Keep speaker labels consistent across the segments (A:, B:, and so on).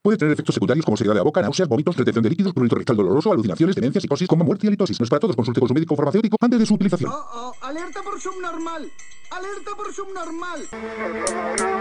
A: Puede tener efectos secundarios como sequedad de la boca, náuseas, vómitos, retención de líquidos, prurito rectal doloroso, alucinaciones, demencia, psicosis, coma, muerte y halitosis. No es para todos. Consulte con su médico o farmacéutico antes de su utilización.
B: Oh, oh, alerta por subnormal. Alerta por subnormal.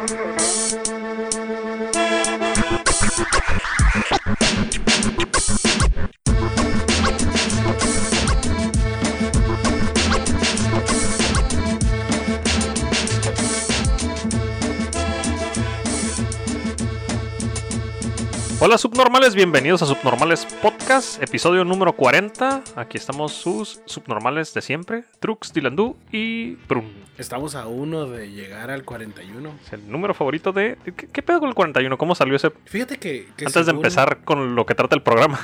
C: Hola subnormales, bienvenidos a Subnormales Podcast, episodio número 40. Aquí estamos sus subnormales de siempre, Trux, Dilandú y Prun.
D: Estamos a uno de llegar al 41.
C: Es el número favorito de... ¿Qué, qué pedo con el 41? ¿Cómo salió ese?
D: Fíjate que. que
C: Antes de
D: según-
C: empezar con lo que trata el programa.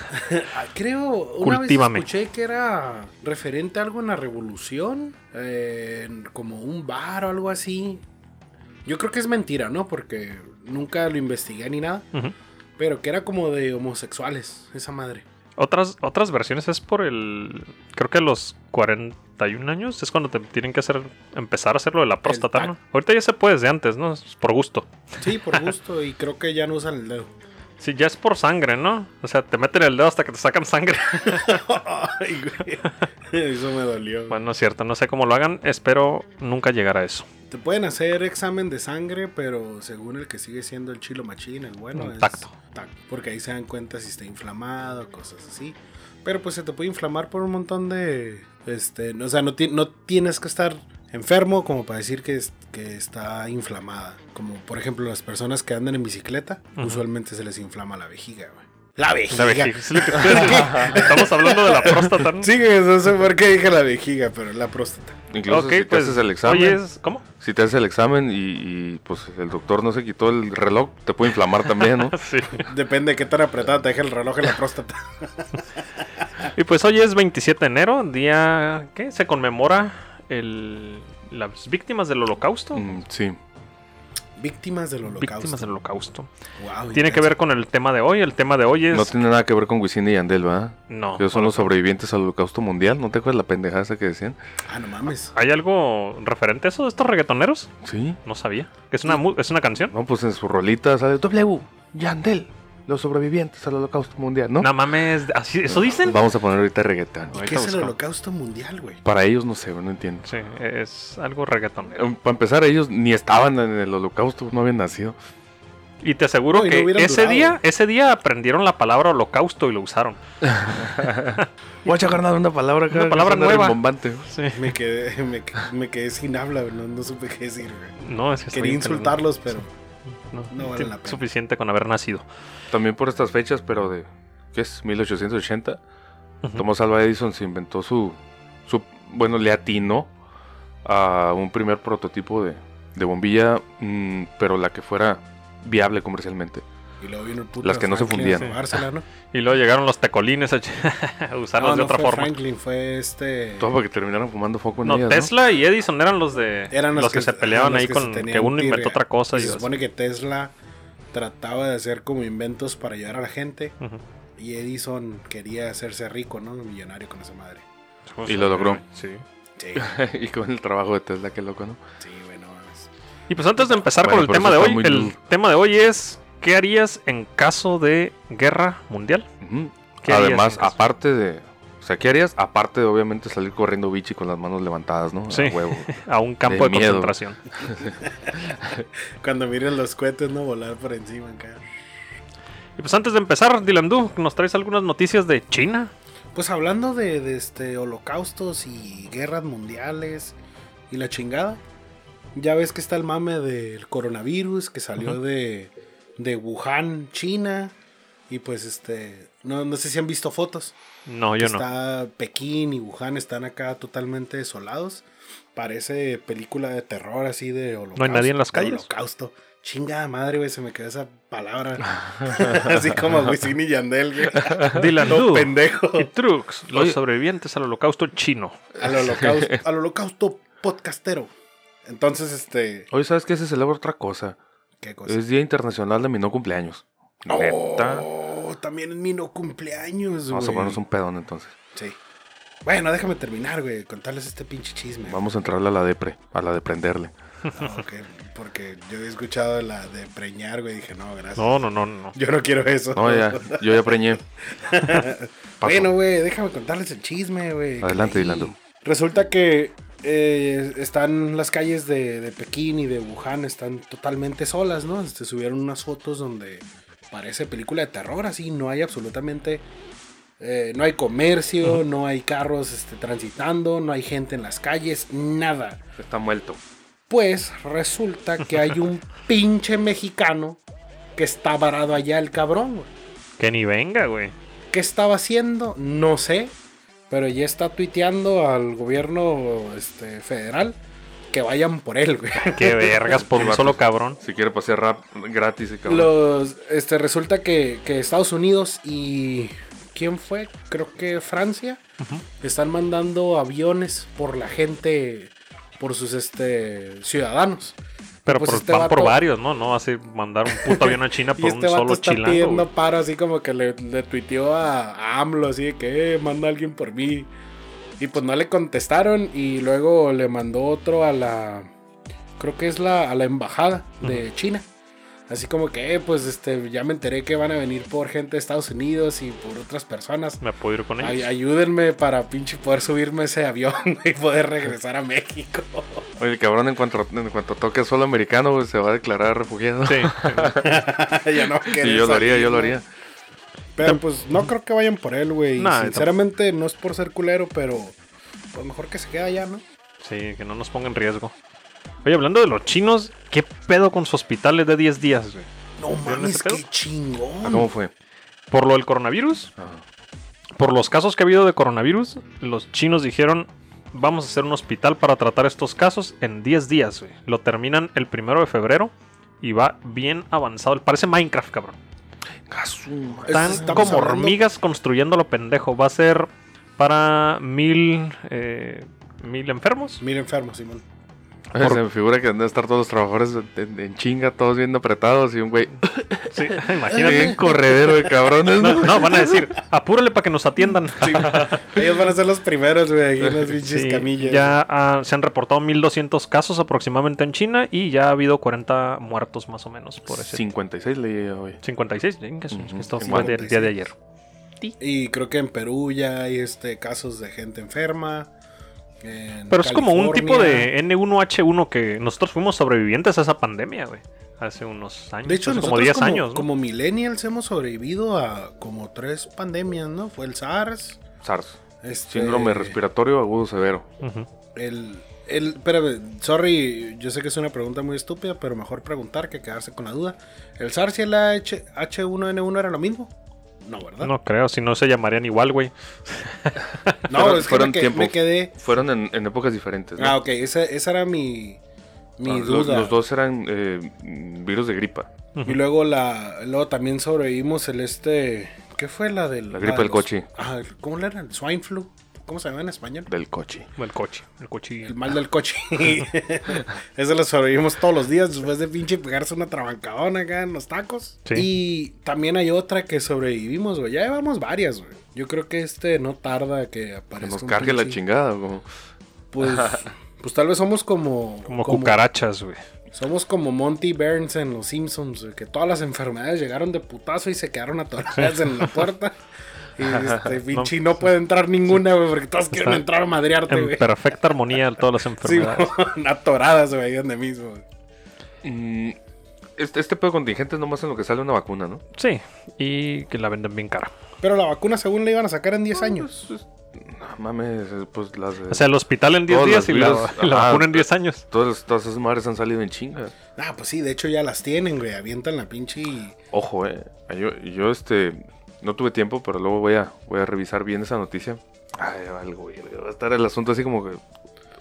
D: Ah, Creo. Una vez
C: Cultívame.
D: escuché que era referente a algo en la revolución. eh, como un bar o algo así. Yo creo que es mentira, ¿no? Porque nunca lo investigué ni nada.
C: Ujú.
D: Pero que era como de homosexuales, esa madre.
C: Otras, otras versiones es por el... Creo que a los 41 años es cuando te tienen que hacer empezar a hacer lo de la próstata,
D: tac.
C: ¿no? Ahorita ya se puede desde antes, ¿no? Es por gusto.
D: Sí, por gusto. y creo que ya no usan el dedo.
C: Sí, ya es por sangre, ¿no? O sea, te meten el dedo hasta que te sacan sangre.
D: Ay, güey. Eso me dolió.
C: Bueno, no es cierto, no sé cómo lo hagan, espero nunca llegar a eso.
D: Te pueden hacer examen de sangre, pero según el que sigue siendo el chilo machín, el bueno
C: Un
D: es
C: tacto.
D: tac- porque ahí se dan cuenta si está inflamado, cosas así. Pero pues se te puede inflamar por un montón de... Este, no- o sea, no, ti- no tienes que estar enfermo como para decir que, es- que está inflamada. Como por ejemplo las personas que andan en bicicleta,
C: Ujú.
D: usualmente se les inflama la vejiga, güey. La vejiga.
E: Pues
C: La vejiga, es lo que estoy diciendo. Estamos hablando de la próstata. ¿no?
D: Sí, güey, no sé por qué dije la vejiga, pero la próstata.
C: Ok,
E: Incluso
C: pues,
E: si te haces el examen,
C: Oye, es- ¿cómo?
E: si te haces el examen y, y, pues el doctor no se quitó el reloj, te puede inflamar también, ¿no?
C: Sí.
D: Depende de qué tan apretada te deje el reloj en la próstata.
C: Y pues hoy es 27 de enero, día que se conmemora el, las víctimas del holocausto.
E: Mm, sí.
D: Víctimas del holocausto.
C: Víctimas del holocausto.
D: Wow,
C: Tiene que ver con el tema de hoy. El tema de hoy es.
E: No tiene nada que ver con Wisin y Yandel, ¿verdad?
C: No.
E: Ellos son los sobrevivientes al holocausto mundial, ¿no te acuerdas la pendejada esa que decían?
D: Ah, no mames.
C: ¿Hay algo referente a eso de estos reggaetoneros?
E: Sí.
C: No sabía. ¿Es una, mu- es una canción?
E: No, pues en su rolita sale W, Yandel, los sobrevivientes al holocausto mundial, ¿no?
C: No mames, ¿así- ¿eso dicen?
E: Vamos a poner ahorita reggaetón.
D: ¿Y
C: Ahorita
D: qué es el
C: buscamos.
D: holocausto mundial, güey?
E: Para ellos no sé, no entiendo.
C: Sí, es algo reggaetonero.
E: Eh, Para empezar, ellos ni estaban en el holocausto, no habían nacido.
C: Y te aseguro
D: No, y no
C: que
D: hubieran
C: ese
D: durado.
C: día, ese día aprendieron la palabra holocausto y lo usaron.
E: Guacha, carnal, una palabra acá
C: Una
E: que
C: palabra
E: suena
C: nueva.
E: Rimbombante.
D: Me quedé, me, que- me quedé sin habla, güey, no, no supe qué decir, güey.
C: No, es que está
D: Quería
C: bien cabrón.
D: insultarlos, pero
C: No,
D: no vale
C: tiene
D: la pena.
C: suficiente con haber nacido.
E: También por estas fechas, pero de. ¿Qué es? 1880.
C: Ujú.
E: Thomas Alva Edison se inventó su. su- bueno, le atinó a un primer prototipo de, de bombilla, mm, pero la que fuera viable comercialmente.
D: y luego vino el puto
E: Las que no se
D: Franklin a
E: fundían.
D: robársela, ¿no? Ah,
C: Y luego llegaron los tecolines a, ch- a usarlos
D: No,
C: de
D: no
C: otra
D: fue
C: forma.
D: Franklin fue este.
E: Todo para que terminaran fumando foco en
C: No,
E: ellas,
C: Tesla y Edison eran los de
D: Eran
C: los, que, se peleaban
D: ajá, los
C: ahí
D: que se
C: con
D: tenían
C: que uno inventó
D: tirria.
C: otra cosa.
D: Y
C: Y
D: se
C: los-
D: supone que Tesla trataba de hacer como inventos para ayudar a la gente
C: Ujú.
D: y Edison quería hacerse rico, ¿no? Millonario con esa madre.
E: Y lo logró.
C: Sí.
D: Sí,
E: y con el trabajo de Tesla, qué loco, ¿no?
D: sí, güey, no mames.
C: Y pues antes de empezar
E: Bueno,
C: con el
E: pero
C: tema de
E: eso
C: hoy,
E: está muy
C: el tema de hoy es ¿qué harías en caso de guerra mundial?
E: Ujú.
C: ¿Qué harías
E: Además,
C: en caso?
E: aparte de. O sea, ¿qué harías? Aparte de obviamente salir corriendo bichi con las manos levantadas, ¿no? A
C: Sí.
E: huevo.
C: A un campo de,
E: De miedo.
C: concentración.
D: Cuando miren los cohetes, no volar por encima, acá.
C: Y pues antes de empezar, Dilandú, ¿nos traes algunas noticias de China?
D: Pues hablando de, de, este holocaustos y guerras mundiales y la chingada, ya ves que está el mame del coronavirus que salió
C: Ujú.
D: de, de Wuhan, China, y pues este, no, no sé si han visto fotos.
C: No, yo no.
D: está Pekín y Wuhan están acá totalmente desolados. Parece película de terror así de holocausto.
C: nadie en las
D: de
C: calles?
D: Holocausto. Chingada madre, güey, se me quedó esa palabra. así como Wisin y Yandel, güey.
C: Dilandú
D: Todo pendejo.
C: y Trux, los
E: Oye.
C: sobrevivientes al holocausto chino.
D: Al holocausto, al holocausto podcastero. Entonces, este.
E: Hoy, ¿sabes qué? Se celebra otra cosa.
D: ¿Qué
C: Pues.
D: cosa?
E: Es Día Internacional de mi no cumpleaños. Neta.
D: Oh, también en mi no cumpleaños,
E: Vamos a
D: güey.
E: ponernos un pedón entonces.
D: Sí. Bueno, déjame terminar, güey. Contarles este pinche chisme.
E: Vamos a entrarle a la depre, a la de prenderle.
D: No, que- porque yo he escuchado la de preñar, güey. Dije, no, gracias.
C: No, no, no, no.
D: Yo no quiero eso.
E: No, ya, yo ya preñé. Paso.
D: Bueno, güey, déjame contarles el chisme, güey.
E: Adelante,
D: Ahí.
E: Dilando.
D: Resulta que eh, están las calles de, de Pekín y de Wuhan, están totalmente solas, ¿no? Se subieron unas fotos donde parece película de terror, así, no hay absolutamente... eh, no hay comercio, no hay carros este, transitando, no hay gente en las calles, nada.
E: Está muerto.
D: Pues resulta que hay un pinche mexicano que está varado allá el cabrón, güey.
C: Que ni venga, güey.
D: ¿Qué estaba haciendo? No sé. Pero ya está tuiteando al gobierno este, federal que vayan por él, güey.
C: Qué vergas por un solo cabrón.
E: Si quiere pasear rap gratis, ese cabrón.
D: Los, este, resulta que, que Estados Unidos y... ¿Quién fue? Creo que Francia. Están mandando aviones por la gente, por sus este, ciudadanos.
C: Pero
D: Pues
C: por-
D: este
C: van por
D: vato-
C: varios, ¿no? No hace mandar un puto avión a China
D: Y
C: por
D: este
C: un
D: vato
C: solo
D: está
C: chilango.
D: pidiendo
C: güey.
D: paro, así como que le, le tuiteó a, a AMLO, así de que "Eh, manda a alguien por mí. Y pues no le contestaron y luego le mandó otro a la, creo que es la, a la embajada de China. Así como que, "Eh, pues este, ya me enteré que van a venir por gente de Estados Unidos y por otras personas.
C: Me puedo ir con
D: Ay-
C: ellos.
D: ayúdenme para pinche poder subirme a ese avión y poder regresar a México.
E: Oye, el cabrón en cuanto, en cuanto toque solo americano, güey, se va a declarar refugiado.
C: Sí.
D: Ya no
E: Sí,
D: quería
E: yo lo haría,
D: salir,
E: yo lo
D: ¿no?
E: haría.
D: Pero pues no creo que vayan por él, güey.
C: Nah,
D: Sinceramente no es por ser culero, pero pues mejor que se quede allá, ¿no?
C: Sí, que no nos ponga en riesgo. Oye, hablando de los chinos, ¿qué pedo con sus hospitales de 10 días, güey?
D: No
C: mames, qué
D: chingón.
E: Ah, ¿Cómo fue?
C: Por lo del coronavirus,
E: Ajá.
C: por los casos que ha habido de coronavirus, los chinos dijeron, vamos a hacer un hospital para tratar estos casos en 10 días, güey. Lo terminan el primero de febrero y va bien avanzado. Parece Minecraft, cabrón. Están como hormigas construyendo lo pendejo. Va a ser para mil, eh, mil enfermos.
D: Mira enfermo, Simón.
E: Oye, Ah, Se me figura que van a estar todos los trabajadores en, en chinga, todos bien apretados y un güey.
C: Sí,
E: Bien
C: imagínate.
E: corredero de cabrones,
C: No,
E: ¿no?
C: no, van a decir, apúrale para que nos atiendan.
D: Ellos van a ser los primeros, güey, aquí en las pinches
C: Sí,
D: camillas.
C: ya ah, se han reportado 1.200 casos aproximadamente en China y ya ha habido 40 muertos más o menos por ese.
E: 56 leí yo hoy.
C: 56, ¿eh? que es-
E: Ujú,
C: que esto fue el día,
D: 56.
C: día de ayer.
D: Y creo que en Perú ya hay este, casos de gente enferma. en
C: Pero es como un tipo
D: California.
C: de N1H1 que nosotros fuimos sobrevivientes a esa pandemia, güey. Hace unos años.
D: De hecho,
C: hace
D: nosotros
C: como 10
D: como,
C: años. ¿no?
D: como millennials hemos sobrevivido a como tres pandemias, ¿no? Fue el SARS.
E: SARS.
D: este,
E: Síndrome respiratorio agudo severo.
C: Ujú.
D: El, el, espérame, sorry, yo sé que es una pregunta muy estúpida, pero mejor preguntar que quedarse con la duda. ¿El SARS y el H, H1N1 era lo mismo? No, ¿verdad?
C: No creo, si no se llamarían igual, güey.
D: No,
E: Fueron-
D: es que
E: fueron
D: me, que-
E: tiempos.
D: me quedé.
E: Fueron en, en épocas diferentes. ¿no?
D: Ah, ok, esa, esa era mi, mi
E: Ah, los,
D: duda.
E: los dos eran eh, mm, virus de gripa.
C: Ujú.
D: Y luego la luego también sobrevivimos el este. ¿Qué fue la del.
E: La gripe
D: de
E: del
D: los-
E: coche.
D: Ah, ¿cómo le era? ¿El swine flu? ¿Cómo se llama en español?
E: Del coche.
C: El coche. El coche.
D: El mal del coche. Eso lo sobrevivimos todos los días después de pinche pegarse una trabancadona acá en los tacos.
C: Sí.
D: Y también hay otra que sobrevivimos, güey. Ya llevamos varias, güey. Yo creo que este no tarda que
E: Que
D: aparezca.
E: nos
D: un
E: cargue la
D: pinche-
E: chingada. como-
D: Pues, pues tal vez somos como.
C: como, cucarachas, güey.
D: Somos como Monty Burns en Los Simpsons, güey, que todas las enfermedades llegaron de putazo y se quedaron atoradas en la puerta. Y este pinche no, puede entrar ninguna, güey, porque todas quieren
C: Está
D: entrar a madrearte,
C: En
D: güey.
C: perfecta armonía todas las
D: Sí,
C: enfermedades.
D: atoradas, güey, ahí donde mismo, güey.
E: Mm, este, este pedo contingente es nomás en lo que sale una vacuna, ¿no?
C: Sí, y que la venden bien cara.
D: Pero la vacuna según la iban a sacar en 10 años.
E: No mames, eh, pues las de.
C: O sea, el hospital en 10
E: Todos
C: días y
E: los
C: la,
E: virus,
C: y la
E: ajá.
C: vacuna en 10 años.
E: todas, todas esas madres han salido en chinga.
D: Ah, pues sí, de hecho ya las tienen, güey. Avientan la pinche. y-
E: Ojo, eh. Yo, yo este. No tuve tiempo, pero luego voy a, voy a revisar bien esa noticia. Ay, algo, güey. Va a estar el asunto así como que.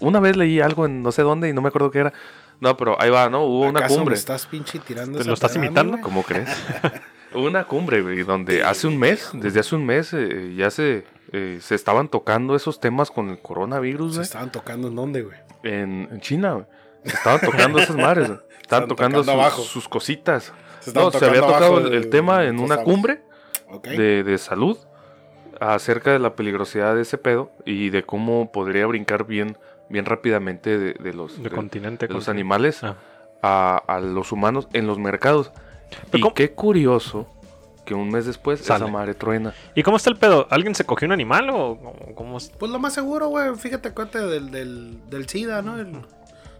E: Una vez leí algo en no sé dónde y no me acuerdo qué era. No, pero ahí va, ¿no? Hubo una
D: ¿Acaso me
E: cumbre.
D: estás pinche tirando
C: ¿Te
D: esa
C: lo estás
D: pedada,
C: imitando?
D: güey?
E: ¿Cómo crees? Hubo una cumbre, güey, donde hace un mes, desde hace un mes, eh, ya se, eh, se estaban tocando esos temas con el coronavirus,
D: Se
E: güey.
D: estaban tocando en dónde, güey.
E: En, en China, güey. Se Estaban tocando esas madres, güey. Estaban tocando,
D: tocando
E: sus,
D: abajo.
E: sus cositas.
D: Se estaban
E: No, se había
D: tocando
E: tocado
D: abajo
E: el,
D: de-
E: el tema en
D: tú
E: una
D: sabes.
E: cumbre
D: Ok.
E: de, de salud acerca de la peligrosidad de ese pedo y de cómo podría brincar bien bien rápidamente de, de los,
C: De continente.
E: de los
C: continente.
E: animales
C: Ah.
E: a, a los humanos en los mercados.
C: Pero
E: y
C: ¿cómo-
E: qué curioso que un mes después
C: Sale.
E: esa madre truena.
C: ¿Y cómo está el pedo? ¿Alguien se cogió un animal o cómo- cómo es?
D: Pues lo más seguro, güey, fíjate cuate del, del, del SIDA, ¿no? El-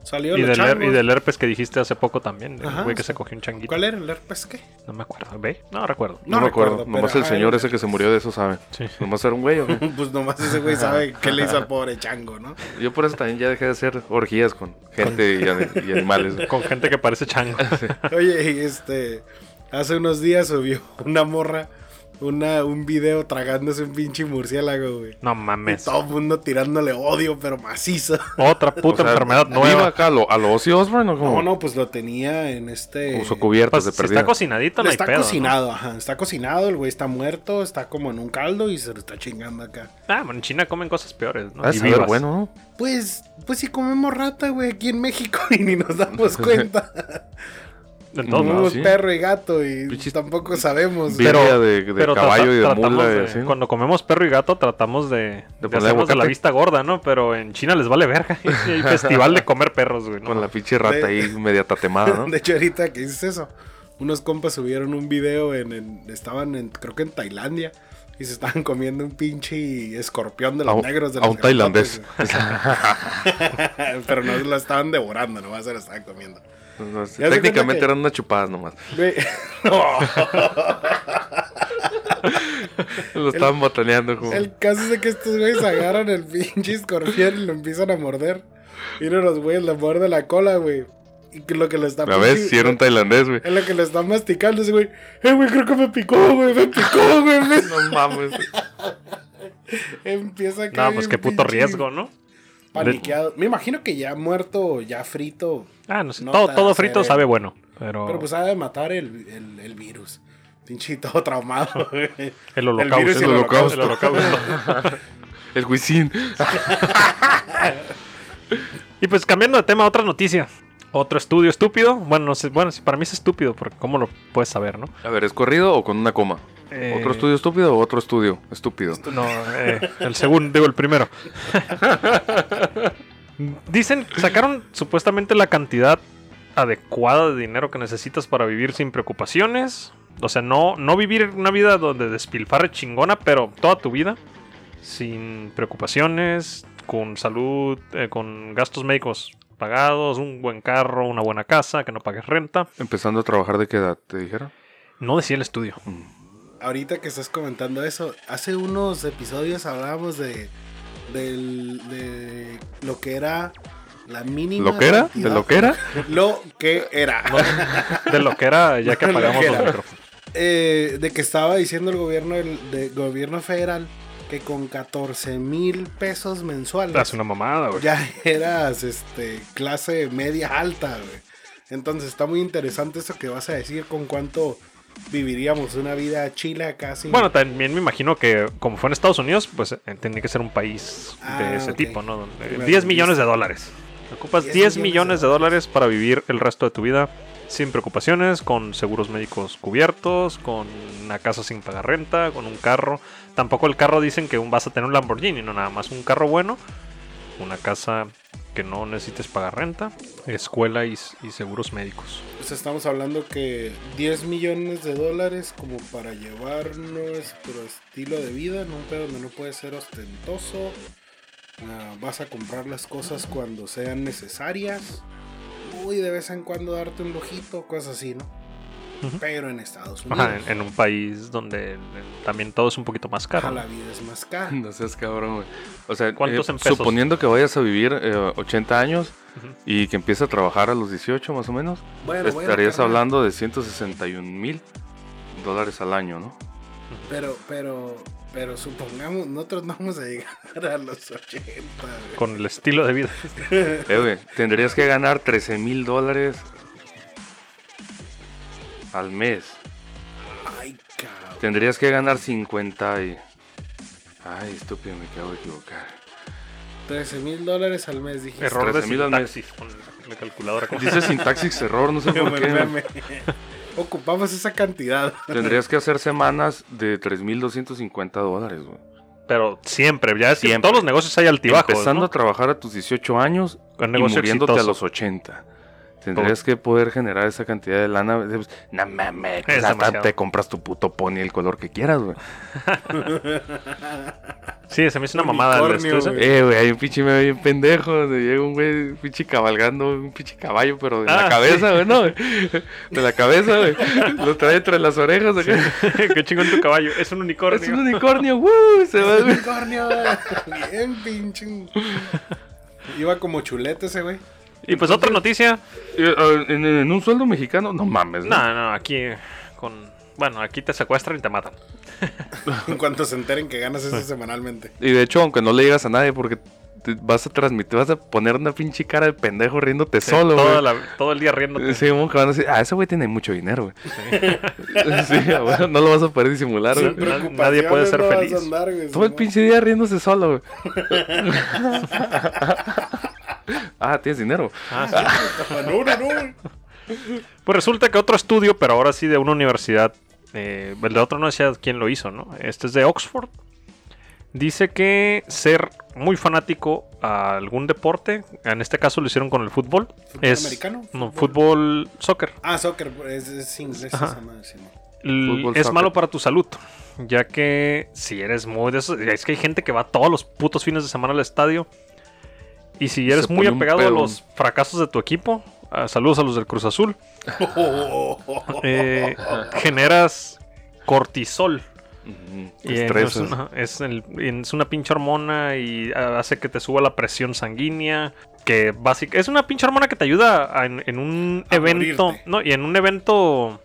D: salió
C: Y
D: los
C: del, her-
D: changos.
C: y del herpes que dijiste hace poco también, del
D: Ajá,
C: güey que
D: sí.
C: se cogió un changuito.
D: ¿Cuál era el herpes qué?
C: No me acuerdo, ¿ve? No recuerdo.
E: No, me acuerdo,
D: pero-
E: nomás el
D: ah,
E: señor ese que se murió de eso sabe.
C: Sí.
E: Nomás era un güey. ¿o qué?
D: Pues nomás ese güey sabe qué le hizo al pobre chango, ¿no?
E: Yo por eso también ya dejé de hacer orgías con gente y, ani- y animales.
C: Con gente que parece chango.
D: Oye, y este. Hace unos días subió una morra una, un video tragándose un pinche murciélago, güey.
C: No
D: Y
C: mames.
D: todo el mundo tirándole odio, pero macizo.
C: Otra puta
E: O sea,
C: enfermedad
E: ¿viva
C: nueva.
E: acá a lo, a lo Ozzy Osbourne o
D: No,
E: como
D: no, pues lo tenía en este.
E: uso cubierto
C: Pues,
E: de
C: si
E: perdida.
C: está cocinadito, no hay
D: está
C: pedo. ¿no?
D: cocinado, ajá. Está cocinado, el güey está muerto, está como en un caldo y se lo está chingando acá.
C: Ah, bueno, en China comen cosas peores, ¿no?
E: Ha de
C: Y
E: saber
C: vivas.
E: Ah, bueno, ¿no?
D: Pues, pues si comemos rata, güey, aquí en México y ni nos damos cuenta.
C: De todos
E: No,
C: modos.
D: Comemos
E: Mm, sí.
D: perro y gato y
E: Pinches-
D: tampoco sabemos.
E: Birria
C: Pero-
E: de, de
C: Pero
E: caballo y de
C: trata- tratamos
E: mula y
C: de-
E: así. ¿no?
C: Cuando comemos perro y gato, tratamos de, de,
E: ponerle
C: hacernos de la
E: aguacate.
C: vista gorda, ¿no? Pero en China les vale verga. Y hay festival de comer perros, güey. ¿no?
E: Con la pinche rata ahí media tatemada, Ah, ¿no?
D: De hecho, ahorita que dices eso, unos compas subieron un video en, en- estaban en, creo que en Tailandia. Y se estaban comiendo un pinche escorpión de los
E: A un-
D: negros de
E: a
D: los
E: un tailandés.
D: grandotes. Pero no la estaban devorando, nomás se la estaban comiendo.
E: No, es-
D: Ya se cuenta
E: técnicamente
D: que-
E: eran unas chupadas nomás.
D: Güey, no.
E: Lo estaban botaneando como...
D: El caso es de que estos güeyes agarran el pinche escorpión y lo empiezan a morder. Y uno de los güeyes le muerde la cola, güey. Y que lo que lo está
E: A ver, eh. si era un tailandés, güey.
D: Es lo que lo está masticando ese güey. Eh, güey, creo que me picó, güey. Me picó, güey. me-
E: No mames.
D: Empieza a
C: No,
D: caer
C: pues
D: un
C: qué puto
D: pinche
C: riesgo, ¿no?
D: Paniqueado. Me imagino que ya muerto, ya frito.
C: Ah, no sé.
D: No
C: todo,
D: tan
C: todo frito
D: severo.
C: sabe bueno. Pero,
D: Pero pues ha de matar el, el, el virus. Pinche todo traumado, güey.
C: el holocausto.
D: virus y el
C: El holocausto.
E: El huisín.
C: Y pues cambiando de tema, otra noticia. Otro estudio estúpido. Bueno, no sé, bueno, sí, para mí es estúpido, porque ¿cómo lo puedes saber, no?
E: A ver, ¿es corrido o con una coma?
C: Eh,
E: ¿Otro estudio estúpido o otro estudio estúpido?
C: No, eh, el segundo, digo, el primero. Dicen, sacaron supuestamente la cantidad adecuada de dinero que necesitas para vivir sin preocupaciones. O sea, no, no vivir una vida donde despilfarre chingona, pero toda tu vida. Sin preocupaciones, con salud, eh, con gastos médicos pagados, un buen carro, una buena casa, que no pagues renta.
E: Empezando a trabajar de qué edad, te dijeron.
C: No decía el estudio.
D: Ahorita que estás comentando eso, hace unos episodios hablábamos de, del- de lo que era la mínima.
E: ¿Lo que era? ¿De
D: cantidad-
E: lo que era?
D: Lo que era.
C: De lo que era, ya que
D: De lo
C: apagamos
D: que
C: los
D: era.
C: micrófonos.
D: Eh, de que estaba diciendo el gobierno del de gobierno federal que con 14 mil pesos mensuales
C: Hace una mamada, güey.
D: ya eras este clase media alta, güey. Entonces está muy interesante eso que vas a decir con cuánto viviríamos una vida chila casi.
C: Bueno, también me imagino que como fue en Estados Unidos, pues eh, tenía que ser un país
D: Ah,
C: de ese
D: ok.
C: tipo, ¿no? Donde-
D: Claro,
C: 10
D: sí.
C: millones de dólares. Ocupas 10,
D: 10
C: millones
D: millones
C: de
D: de
C: dólares para vivir el resto de tu vida sin preocupaciones, con seguros médicos cubiertos, con una casa sin pagar renta, con un carro. Tampoco el carro dicen que un- vas a tener un Lamborghini, no nada más un carro bueno, una casa que no necesites pagar renta, escuela y, s- y seguros médicos.
D: Pues estamos hablando que 10 millones de dólares como para llevar nuestro estilo de vida en un pedo donde no puede ser ostentoso. Ah, vas a comprar las cosas cuando sean necesarias. Uy, de vez en cuando darte un lujito, cosas así, ¿no?
C: Ujú.
D: Pero en Estados Unidos
C: Ajá, en, en un país donde eh, también todo es un poquito más
D: a
C: caro.
D: la vida es más cara.
E: No seas cabrón, güey. O sea,
C: ¿Cuántos
E: eh,
C: en pesos?
E: suponiendo que vayas a vivir eh, 80 años
C: Ujú.
E: y que empieces a trabajar a los 18 más o menos,
D: Bueno, bueno,
E: estarías
D: carnal,
E: hablando de 161 mil dólares al año, ¿no?
D: Pero, pero, pero supongamos, nosotros no vamos a llegar a los 80. güey.
C: Con el estilo de vida.
E: Eh, güey, tendrías que ganar 13 mil dólares al mes.
D: Ay, cabrón.
E: Tendrías que ganar 50 y... Ay, estúpido, me acabo de equivocar.
D: 13 mil dólares al mes, dijiste.
C: Error de
E: 13,000 al mes.
C: sintaxis con la calculadora. como-
E: Dice sintaxis error, no sé
D: Como
E: por
D: el
E: qué.
D: meme. Ocupamos esa cantidad.
E: Tendrías que hacer semanas de 3.250 dólares, güey.
C: Pero siempre, ya es que en
E: Siempre.
C: todos los negocios hay altibajos.
E: Empezando
C: ¿no?
E: a trabajar a tus 18 años
C: Con
E: y
C: negocio
E: muriéndote
C: exitoso.
E: a los 80. Tendrías que poder generar esa cantidad de lana. Pues, No mames,
C: Es
E: hasta
C: demasiado.
E: te compras tu puto pony el color que quieras, güey.
C: Sí, se me hizo una mamada el
D: Unicornio,
C: estudio.
D: güey.
E: Eh, güey, hay un pinche meme bien pendejo. donde llega un güey, un pinche cabalgando, un pinche caballo, pero de
C: Ah,
E: la cabeza, güey, no, güey. De la cabeza, güey. Lo trae entre las orejas, acá.
C: Qué chingón tu caballo. Es un unicornio.
E: Es un unicornio, ¡woo! Se va, güey.
D: Unicornio. Bien pinche. Iba como chulete ese güey.
C: Y pues otra noticia.
E: Eh, eh, En, en un sueldo mexicano, no mames, ¿no?
C: No, no, aquí con. Bueno, aquí te secuestran y te matan.
D: En cuanto se enteren que ganas eso semanalmente.
E: Y de hecho, aunque no le digas a nadie, porque te vas a transmitir, vas a poner una pinche cara de pendejo riéndote solo,
C: Toda
E: güey.
C: la- todo el día riéndote.
E: Sí, como que van a decir, ah, ese güey tiene mucho dinero, güey. Sí, bueno, no lo vas a poder disimular,
C: Sí,
E: güey.
C: pero- nadie puede ser
D: no vas a
C: feliz.
D: andar, güey,
E: Todo el
D: Simón.
E: pinche día riéndose solo, güey. ah, tienes dinero.
C: Ah, sí.
D: No, no, no.
C: Pues resulta que otro estudio, pero ahora sí de una universidad, eh, el de otra no decía quién lo hizo, ¿no? Este es de Oxford. Dice que ser muy fanático a algún deporte, en este caso lo hicieron con el fútbol, es
D: americano?
C: no, fútbol, soccer,
D: Ah, soccer, es, es inglés esa madre, Simón.
C: L-
E: Fútbol,
C: es
E: soccer.
C: malo para tu salud, ya que si eres muy de esos, es que hay gente que va todos los putos fines de semana al estadio y si eres muy
E: pone un
C: apegado a
E: pedo.
C: los fracasos de tu equipo, ah, saludos a los del Cruz Azul. eh, generas cortisol. Y
E: Te
C: entonces,
E: estresas.
C: ajá, es, el- es una pinche hormona y ah, hace que te suba la presión sanguínea. Que básica, es una pinche hormona que te ayuda a- en, en un
D: A
C: evento.
D: morirte.
C: No, y en un evento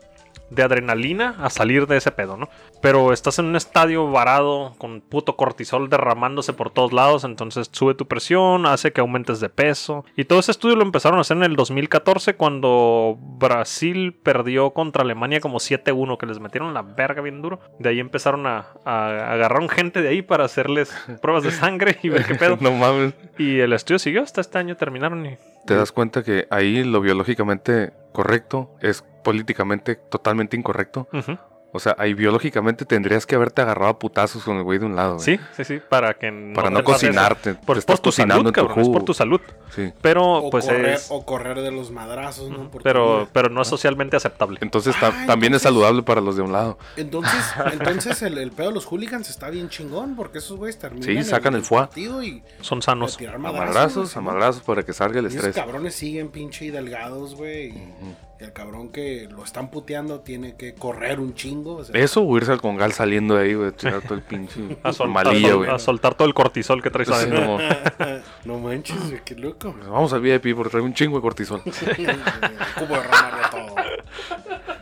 C: de adrenalina a salir de ese pedo, ¿no? Pero estás en un estadio varado con puto cortisol derramándose por todos lados, entonces sube tu presión, hace que aumentes de peso. Y todo ese estudio lo empezaron a hacer en el 2014 cuando Brasil perdió contra Alemania como 7-1, que les metieron la verga bien duro. De ahí empezaron a, a agarraron gente de ahí para hacerles pruebas de sangre y ver qué pedo.
E: no mames.
C: Y el estudio siguió hasta este año terminaron y
E: Te das cuenta que ahí lo biológicamente correcto es políticamente totalmente incorrecto.
C: Ujú.
E: O sea, ahí biológicamente tendrías que haberte agarrado a putazos con el güey de un lado. güey.
C: Sí, sí, sí, para que no
E: Para no,
C: te pase eso.
E: cocinarte.
C: Por,
E: te
C: por
E: estás
C: tu
E: cocinando
C: salud,
E: en tu
C: cabrón, es por
E: jugo.
C: tu salud.
E: Sí.
C: Pero
D: O,
C: pues
D: correr,
C: es
D: o correr de los madrazos, ¿no? Porque-
C: pero, pero
E: Ah.
C: no es socialmente aceptable.
E: Entonces ta-
D: Ah,
E: también
D: entonces-
E: es saludable para los de un lado.
D: Entonces, entonces el, el pedo de los hooligans está bien chingón, porque esos güeyes terminan.
E: Sí, sacan el foie.
D: partido y
C: Son sanos.
D: a tirar
E: A
D: madrazos.
E: madrazos,
D: güey,
E: a
D: Simón.
E: madrazos para que salga el
D: Y esos
E: estrés.
D: cabrones siguen pinche y delgados, güey. y- Y el cabrón que lo están puteando tiene que correr un chingo. o sea,
E: Eso o irse al congal saliendo de ahí, güey, tirar todo el pinche
C: A, sol- Ah, a
E: malilla,
C: sol-
E: güey.
C: a soltar todo el cortisol que traes
E: Sí,
C: adentro.
E: como,
D: no manches, güey, qué loco. güey.
E: Vamos al VIP porque trae un chingo de cortisol.
D: Cubo de Romario todo.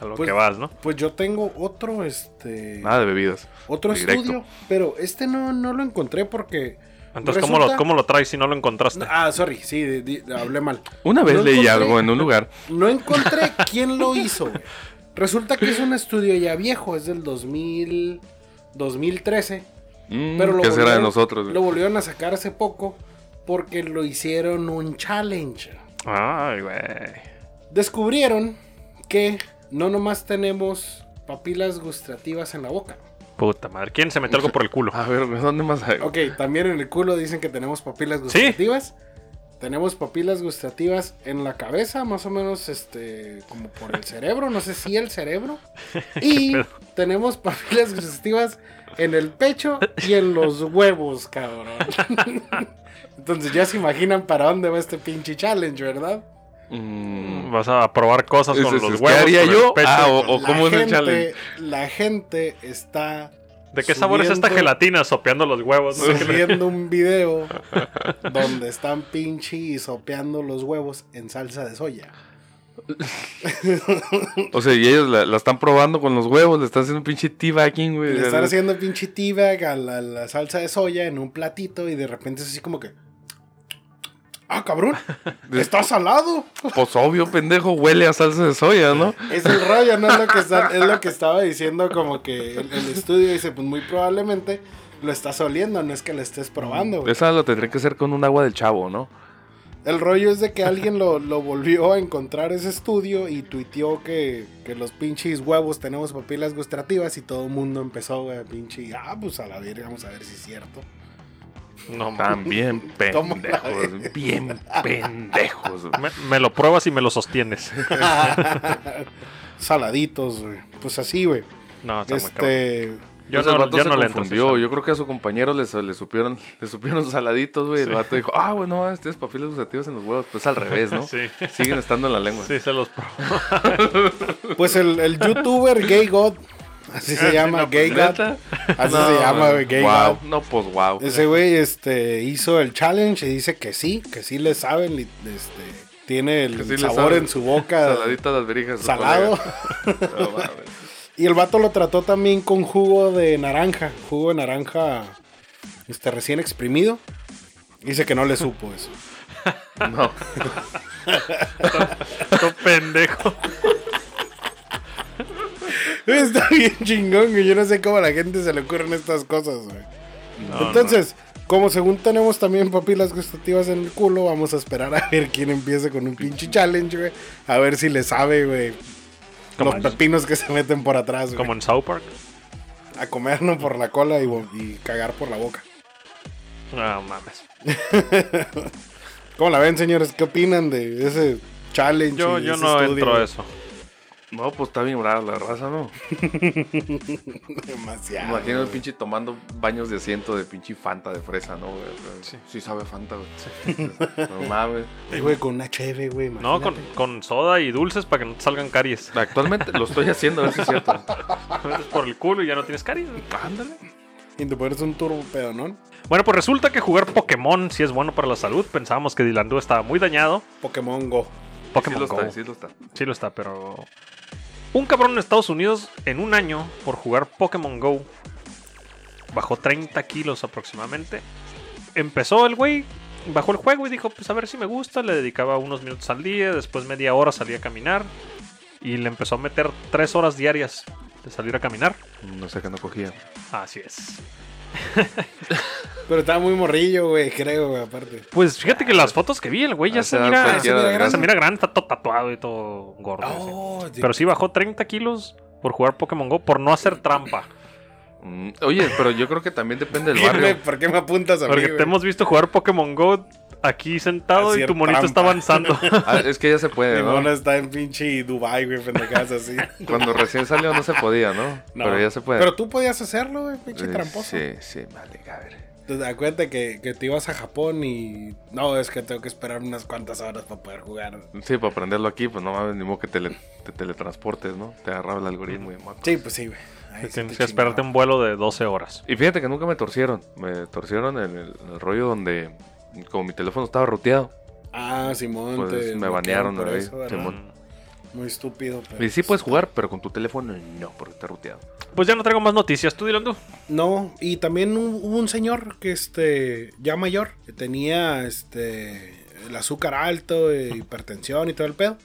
C: A lo
D: Pues-
C: que vas, ¿no?
D: Pues yo tengo otro, este.
E: Nada de bebidas.
D: Otro
E: Directo.
D: estudio, pero este no, no lo encontré porque.
C: Entonces, ¿cómo lo,
D: resulta-
C: ¿cómo lo traes si no lo encontraste?
D: Ah, sorry, sí, di- di- hablé mal.
E: Una vez
D: No
E: leí
D: encontré-
E: algo en un lugar.
D: No encontré quién lo hizo. güey. Resulta que es un estudio ya viejo, es del 2000, 2013.
E: mm,
D: Pero lo
E: ¿Qué será de
D: volvieron-
E: nosotros? güey?
D: Lo volvieron a sacar hace poco porque lo hicieron un challenge.
C: Ay, güey.
D: Descubrieron que no nomás tenemos papilas gustativas en la boca.
C: Puta madre. ¿Quién se metió algo por el culo?
E: A ver, güey, ¿dónde más hay?
D: Ok, también en el culo dicen que tenemos papilas gustativas. Tenemos papilas gustativas en la cabeza, más o menos este como por el cerebro, no sé si el cerebro. Y
C: pedo?
D: tenemos papilas gustativas en el pecho y en los huevos, cabrón. Entonces ya se imaginan para dónde va este pinche challenge, ¿verdad?
E: Mm,
C: Vas a probar cosas
E: Es-
C: con
E: es-
C: los
E: es- ¿qué
C: huevos.
E: haría
C: con el
E: yo?
C: pecho,
E: Ah,
C: con-
E: ¿O cómo es el challenge?
D: La gente está
C: ¿De qué sabor es esta
D: subiendo-
C: gelatina sopeando los huevos? no?
D: subiendo un video donde están pinche y sopeando los huevos en salsa de soya.
E: O sea, y ellos la, la están probando con los huevos, le están haciendo un pinche teabagging, güey.
D: Le están haciendo pinche teabag a la, la salsa de soya en un platito y de repente es así como que. ¡Ah, cabrón! ¡Está salado!
E: Pues obvio, pendejo, huele a salsa de soya, ¿no?
D: Es el rollo, ¿no? Es lo que, está- es lo que estaba diciendo, como que el, el estudio dice: Pues muy probablemente lo estás oliendo, no es que lo estés probando. güey.
E: Esa lo tendría que hacer con un agua del chavo, ¿no?
D: El rollo es de que alguien lo, lo volvió a encontrar ese estudio y tuiteó que, que los pinches huevos tenemos papilas gustativas y todo el mundo empezó, güey, pinche, ah, pues a la verga, vamos a ver si es cierto.
C: No, mames.
E: También
D: Toma la
E: pendejos. Bien pendejos. güey.
C: me, me lo pruebas y me lo sostienes.
D: Saladitos, güey. Pues así, güey.
C: No, Ah, está muy cabrón.
D: Este,
C: Yo
E: Pues el
C: no,
E: vato
C: yo
E: se
C: no le entro.
E: confundió.
C: Fish.
E: Yo creo que a su compañero le, le supieron, le supieron saladitos, güey. El vato dijo, ah, bueno, ah, tienes papilas gustativas en los huevos. Pues al revés, ¿no?
C: Sí.
E: Siguen estando en la lengua.
C: Sí, se los probó.
D: pues el, el youtuber Gay God, así se llama, Gay
C: pues,
D: God.
E: ¿Neta?
D: Así se llama, güey, Gay
E: wow.
D: God.
E: No, pues wow.
D: Ese güey este, hizo el challenge y dice que sí, que sí le saben, li- este, tiene el
E: Que sí le
D: sabor
E: saben.
D: en su boca
E: Saladita las verijas. su
D: salado.
E: colega. No mames.
D: Y el vato lo trató también con jugo de naranja, jugo de naranja este, recién exprimido. Dice que no le supo eso.
E: No.
C: Todo pendejo.
D: Está bien chingón, güey. Yo no sé cómo a la gente se le ocurren estas cosas, güey.
C: No,
D: Entonces, como según tenemos también papilas gustativas en el culo, vamos a esperar a ver quién empieza con un pinche challenge, güey. A ver si le sabe, güey. Los pepinos que se meten por atrás,
C: no.
D: güey.
C: Como en South Park.
D: A comernos por la cola y, vo- y cagar por la boca.
C: No mames.
D: ¿Cómo la ven, señores? ¿Qué opinan de ese challenge?
C: Yo,
D: y
C: yo
D: ese
C: no
D: estudio,
C: entro
D: güey?
C: a eso.
E: No, pues está bien brava la raza, ¿no? Me
D: Demasiado.
E: imagino el
D: güey.
E: pinche tomando baños de asiento de pinche Fanta de fresa, ¿no, güey? Sí. sabe a Fanta, güey. No mames.
D: Ay, güey, con una cheve, güey.
C: No,
D: imagínate.
C: con, con soda y dulces para que no te salgan caries.
E: Actualmente lo estoy haciendo, a ver si es cierto.
C: Te metes por el culo y ya no tienes caries.
E: Ándale.
D: Y te pones un turbo pedonón.
C: Bueno, pues resulta que jugar Pokémon sí es bueno para la salud. Pensábamos que Dilandú estaba muy dañado.
D: Pokémon Go.
E: Sí
C: Pokémon
E: lo
C: Go.
E: está, sí lo está.
C: Sí lo está, pero. Un cabrón en Estados Unidos en un año por jugar Pokémon Go bajó 30 kilos aproximadamente. Empezó el güey, bajó el juego y dijo: Pues a ver si me gusta. Le dedicaba unos minutos al día, después media hora salía a caminar y le empezó a meter 3 horas diarias de salir a caminar.
E: No sé qué no cogía.
C: Así es.
D: Pero estaba muy morrillo, güey, creo, güey, aparte.
C: Pues fíjate que las fotos que vi, el güey ya
E: Ah,
C: se
E: sea
C: mira,
E: cualquiera
D: se mira
E: de
D: grande.
C: se
E: grasa.
C: mira grande, está todo tatuado y todo gordo. así.
D: Oh,
C: Pero sí bajó 30 kilos por jugar Pokémon Go, por no hacer trampa.
E: Mm, Oye, pero yo creo que también depende del
D: ¿Qué me-
E: barrio.
D: ¿Por qué me apuntas a mí,
C: Porque
D: güey?
C: te hemos visto jugar Pokémon Go aquí sentado
D: Hacer
C: y tu monito
D: trampa.
C: está avanzando.
E: Ah, es que ya se puede,
D: Mi mona
E: ¿no?
D: está en pinche Dubai, güey, pendejadas así.
E: Cuando recién salió no se podía, ¿no?
D: No.
E: Pero ya se puede.
D: Pero tú podías hacerlo, güey, pinche
E: Eh,
D: tramposo.
E: Sí, sí, vale, a ver.
D: Te das cuenta que, que te ibas a Japón y... No, es que tengo que esperar unas cuantas horas para poder jugar.
E: Sí, para aprenderlo aquí, pues no mames, ni modo que tele- te teletransportes, ¿no? Te agarraba el algoritmo y moco.
D: Sí, pues sí, güey. Ahí sí
C: Tienes
D: te
C: que esperarte
D: chingaba.
C: un vuelo de 12 horas.
E: Y fíjate que nunca me torcieron. Me torcieron en el, en el rollo donde, como mi teléfono estaba roteado.
D: Ah, Simón,
E: Pues,
D: te
E: me
D: bloquearon
E: banearon,
D: por
E: güey.
D: eso, ¿verdad?
E: Simón.
D: Muy estúpido, pero...
E: Y sí pues, puedes jugar, pero con tu teléfono no, porque está roteado.
C: Pues ya no traigo más noticias. ¿Tú, Dylan, tú?
D: No, y también hu- hubo un señor que este ya mayor, que tenía este el azúcar alto, eh, hipertensión y todo el pedo.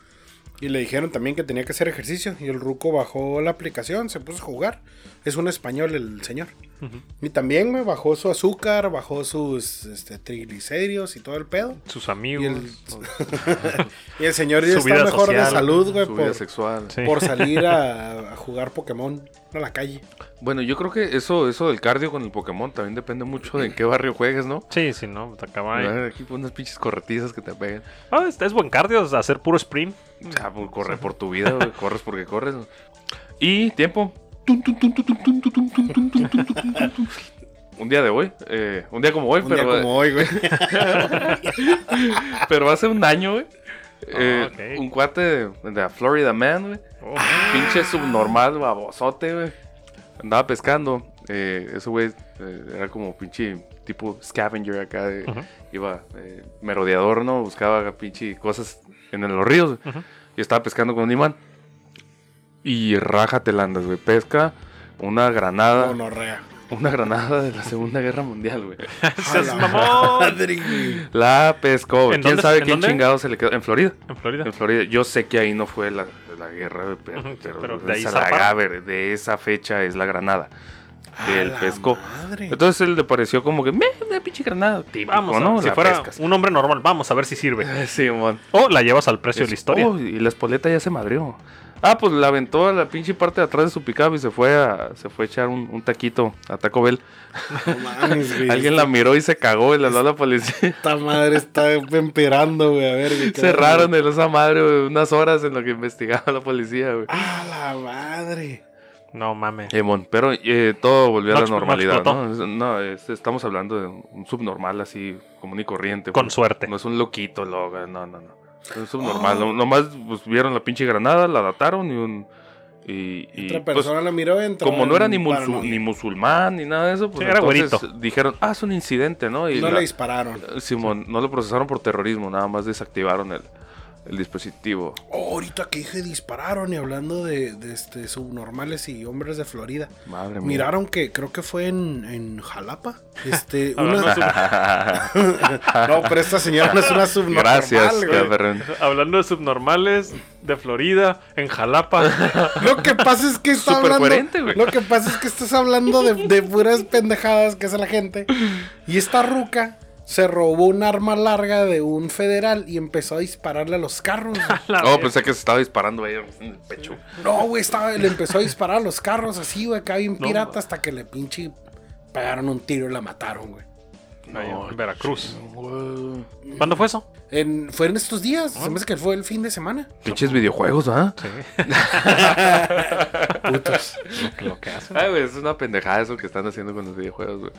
D: Y le dijeron también que tenía que hacer ejercicio. Y el ruco bajó la aplicación, se puso a jugar. Es un español el señor. Y también, güey, bajó su azúcar, bajó sus este, triglicéridos y todo el pedo.
C: Sus amigos.
D: Y el señor ya
C: Su
D: está
C: vida
D: mejor de
C: social,
D: salud, güey,
E: Su vida
D: por,
E: sexual.
C: Sí.
D: por salir a, a jugar Pokémon a la calle.
E: Bueno, yo creo que eso, eso del cardio con el Pokémon también depende mucho de en qué barrio juegues, ¿no?
C: Sí, sí, no, te acaba ahí.
E: A ver, Aquí unas pinches corretizas que te peguen.
C: Ah, es, es buen cardio, es hacer puro sprint.
E: O sea, pues, corre por tu vida, güey, corres porque corres. Y tiempo. Tun, tun, tun, tun, tun, tun, tun, tun, tun, tun, tun, tun, tun, tun. Un día de hoy, eh, un día como hoy,
D: Un día
E: pero,
D: como hoy, güey.
E: pero hace un año, güey.
D: Ah,
E: eh,
C: ok.
E: Un cuate de, de Florida Man, güey.
C: Oh,
E: Pinche subnormal, babosote, güey. Andaba pescando. Eh, ese güey eh, era como pinche tipo scavenger acá. de-
C: Ujú.
E: Iba eh, merodeador, ¿no? Buscaba acá pinche cosas en los ríos. güey.
C: Ujú.
E: Y estaba pescando con un imán. Y rájate landas, güey. Pesca una granada.
D: Gonorrea.
E: Una granada de la Segunda Guerra Mundial, güey.
C: Seas
D: A la
C: mamón.
D: madre, güey.
E: La pescó. güey.
C: ¿En
E: ¿Quién
C: dónde-
E: sabe
C: en
E: quién
C: dónde?
E: chingado se le quedó? En Florida.
C: En Florida.
E: En Florida. Yo sé que ahí no fue la, la guerra, güey, pero,
C: Ujú, sí,
E: pero
C: pero de
E: de,
C: ahí
E: esa,
C: zarparon.
E: la Gaber, de esa fecha es la Granada.
D: ¡A
E: del
D: la
E: pesco.
D: madre!
E: Entonces él le pareció como que, me, una pinche granada. Típico,
C: Vamos, a-
E: ¿no?
C: si
E: La
C: fuera
E: pescas.
C: un hombre normal, vamos a ver si sirve.
E: Sí, mon.
C: O la llevas al precio de la
E: Es-
C: historia.
E: "Oh, y la espoleta ya se madrió. Ah, pues la aventó a la pinche parte de atrás de su pickup y se fue a, se fue a echar un, un taquito a Taco Bell.
D: No mames, güey.
E: Alguien la miró y se cagó y la habló a la policía.
D: Esta madre está emperando, güey. A ver, güey, qué
E: Cerraron
D: onda.
E: el esa madre güey, unas horas en lo que investigaba la policía, güey.
D: ¡A la madre!
C: No mames.
E: Eh, mon, pero eh, todo volvió
C: No
E: a la
C: expl- no
E: normalidad,
C: explotó.
E: ¿no? Es- no, es- estamos hablando de un subnormal así, común y corriente.
C: Con
E: pues.
C: suerte.
E: No es un loquito, loco, no, no, no. Es un subnormal.
D: Oh.
E: no- Nomás pues, vieron la pinche granada, la dataron y un... Y, y,
D: Otra
E: pues,
D: persona la miró entró.
E: como no
D: en
E: era ni, musu-
D: paranoia.
E: ni musulmán ni nada de eso, pues
C: Sí, era
E: entonces
C: güerito.
E: dijeron, ah, es un incidente, ¿no? Y
D: No
E: la-
D: le dispararon.
E: Simón, no lo procesaron por terrorismo, nada más desactivaron el, el dispositivo.
D: Oh, ahorita que dije dispararon y hablando de, de, este, subnormales y hombres de Florida.
E: Madre mía.
D: Miraron que creo que fue en, en Jalapa. Este,
C: Hablando de
D: una... no, pero esta señora no es una subnormal.
E: Gracias,
D: güey.
E: Cabernet.
C: Hablando de subnormales, de Florida, en Jalapa.
D: Lo que pasa es que está
E: Súper
D: hablando.
E: coherente, güey.
D: Lo que pasa es que estás hablando de, de puras pendejadas que hace la gente. Y esta ruca se robó un arma larga de un federal y empezó a dispararle a los carros. güey.
C: La
E: No, pues
C: verga.
E: pensé que se estaba disparando ahí en el pecho.
D: No, güey, estaba, le empezó a disparar a los carros así, güey, acá bien
C: No,
D: pirata,
C: ma-
D: hasta que le pinche pegaron un tiro y la mataron, güey.
C: No, en Veracruz. ¿Cuándo fue eso?
D: En- fue en estos días, se me hace que fue el fin de semana.
E: Pinches videojuegos, ¿ah?
D: Putos.
C: Lo que hace.
E: Ay, güey, es una pendejada eso que están haciendo con los videojuegos, güey.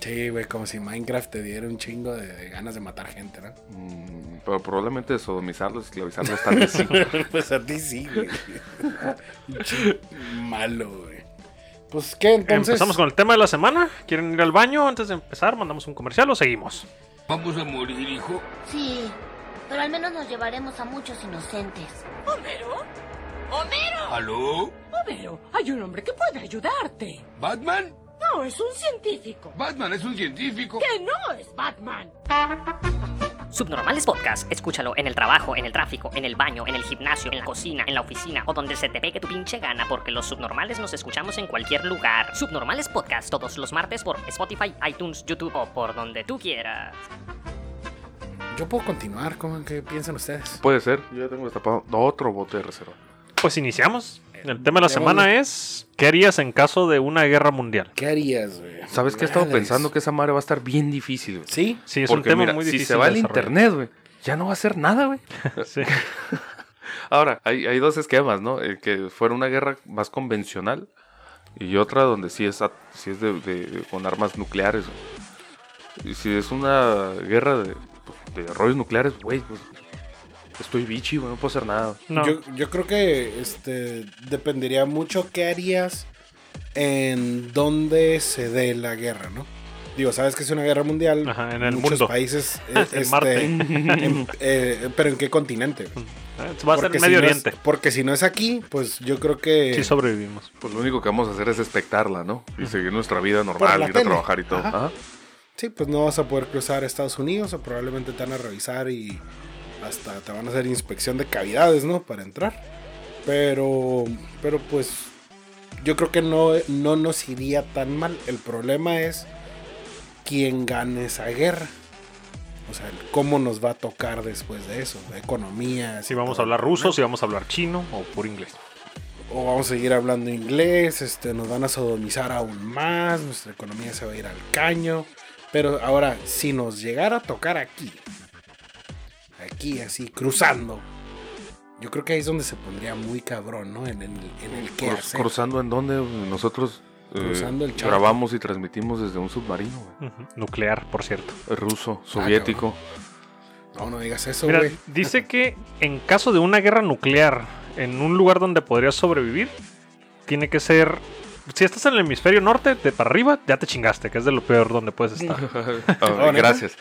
D: Sí, güey, como si Minecraft te diera un chingo de, de ganas de matar gente, ¿no?
E: Mm, Pero probablemente sodomizarlos, esclavizarlos tal vez sí.
D: pues a ti sí, güey. Pinche Malo, güey. Pues qué, entonces.
C: Empezamos con el tema de la semana. ¿Quieren ir al baño antes de empezar? ¿Mandamos un comercial o seguimos?
F: Vamos a morir, hijo.
G: Sí, pero al menos nos llevaremos a muchos inocentes.
H: ¿Homero? ¡Homero!
F: ¿Aló?
H: ¡Homero! Hay un hombre que puede ayudarte.
F: ¿Batman?
H: No, es un científico.
F: Batman es un científico.
H: Que no es Batman.
I: Subnormales Podcast, escúchalo en el trabajo, en el tráfico, en el baño, en el gimnasio, en la cocina, en la oficina o donde se te pegue tu pinche gana porque los subnormales nos escuchamos en cualquier lugar. Subnormales Podcast todos los martes por Spotify, iTunes, YouTube o por donde tú quieras.
D: Yo puedo continuar, ¿cómo que piensan ustedes?
E: Puede ser, yo ya tengo destapado otro bote de reserva.
C: Pues iniciamos. El tema de la semana es: ¿Qué harías en caso de una guerra mundial?
D: ¿Qué harías, güey?
E: ¿Sabes qué he estado
D: Madres.
E: pensando? Que esa madre va a estar bien difícil, güey.
D: Sí,
C: Sí, es
E: Porque
C: un tema
E: mira,
C: muy
E: si
C: difícil.
E: se va
C: de
E: el
C: desarrollar.
E: internet, güey, ya no va a hacer nada, güey.
C: Sí.
E: Ahora, hay, hay dos esquemas, ¿no? El que fuera una guerra más convencional y otra donde sí es, a- sí es de, de- con armas nucleares. güey. Y si es una guerra de, de rollos nucleares, güey, pues estoy bichi, güey, no puedo hacer nada.
C: No.
D: yo, yo creo que este dependería mucho qué harías en dónde se dé la guerra, ¿no? Digo, sabes que es una guerra mundial.
C: Ajá, en el
D: muchos
C: mundo.
D: países. eh, este,
C: Marte.
D: en- eh, pero en qué continente. güey?
C: Eh, Va a ser
D: Porque si
C: Medio
D: no es-
C: Oriente.
D: porque si no es aquí, pues yo creo que.
C: Sí, sobrevivimos.
E: Pues lo único que vamos a hacer es expectarla, ¿no? Y seguir nuestra vida
D: Por
E: normal,
D: la
E: ir a
D: tele.
E: trabajar y todo.
D: Ajá.
E: Ajá.
D: Sí, pues no vas a poder cruzar Estados Unidos o probablemente te van a revisar y hasta te van a hacer inspección de cavidades, ¿no? Para entrar. Pero, pero pues yo creo que no, no nos iría tan mal. El problema es quién gane esa guerra. O sea, el cómo nos va a tocar después de eso. Economía.
C: Si vamos a hablar ruso, si vamos a hablar chino o por inglés.
D: O vamos a seguir hablando inglés, este, nos van a sodomizar aún más, nuestra economía se va a ir al caño. Pero ahora, si nos llegara a tocar aquí, aquí así, cruzando, yo creo que ahí es donde se pondría muy cabrón, ¿no? En, en el- en el que
E: Cru-
D: hacer.
E: cruzando en donde nosotros eh,
D: Cruzando el charco.
E: grabamos y transmitimos desde un submarino, güey. Ah,
C: Ujú. Nuclear, por cierto.
E: Ruso, soviético.
D: No, no digas eso,
C: Mira,
D: güey.
C: dice que en caso de una guerra nuclear en un lugar donde podrías sobrevivir, tiene que ser. Si estás en el hemisferio norte, de para arriba, ya te chingaste, que es de lo peor donde puedes estar.
E: Ah, gracias.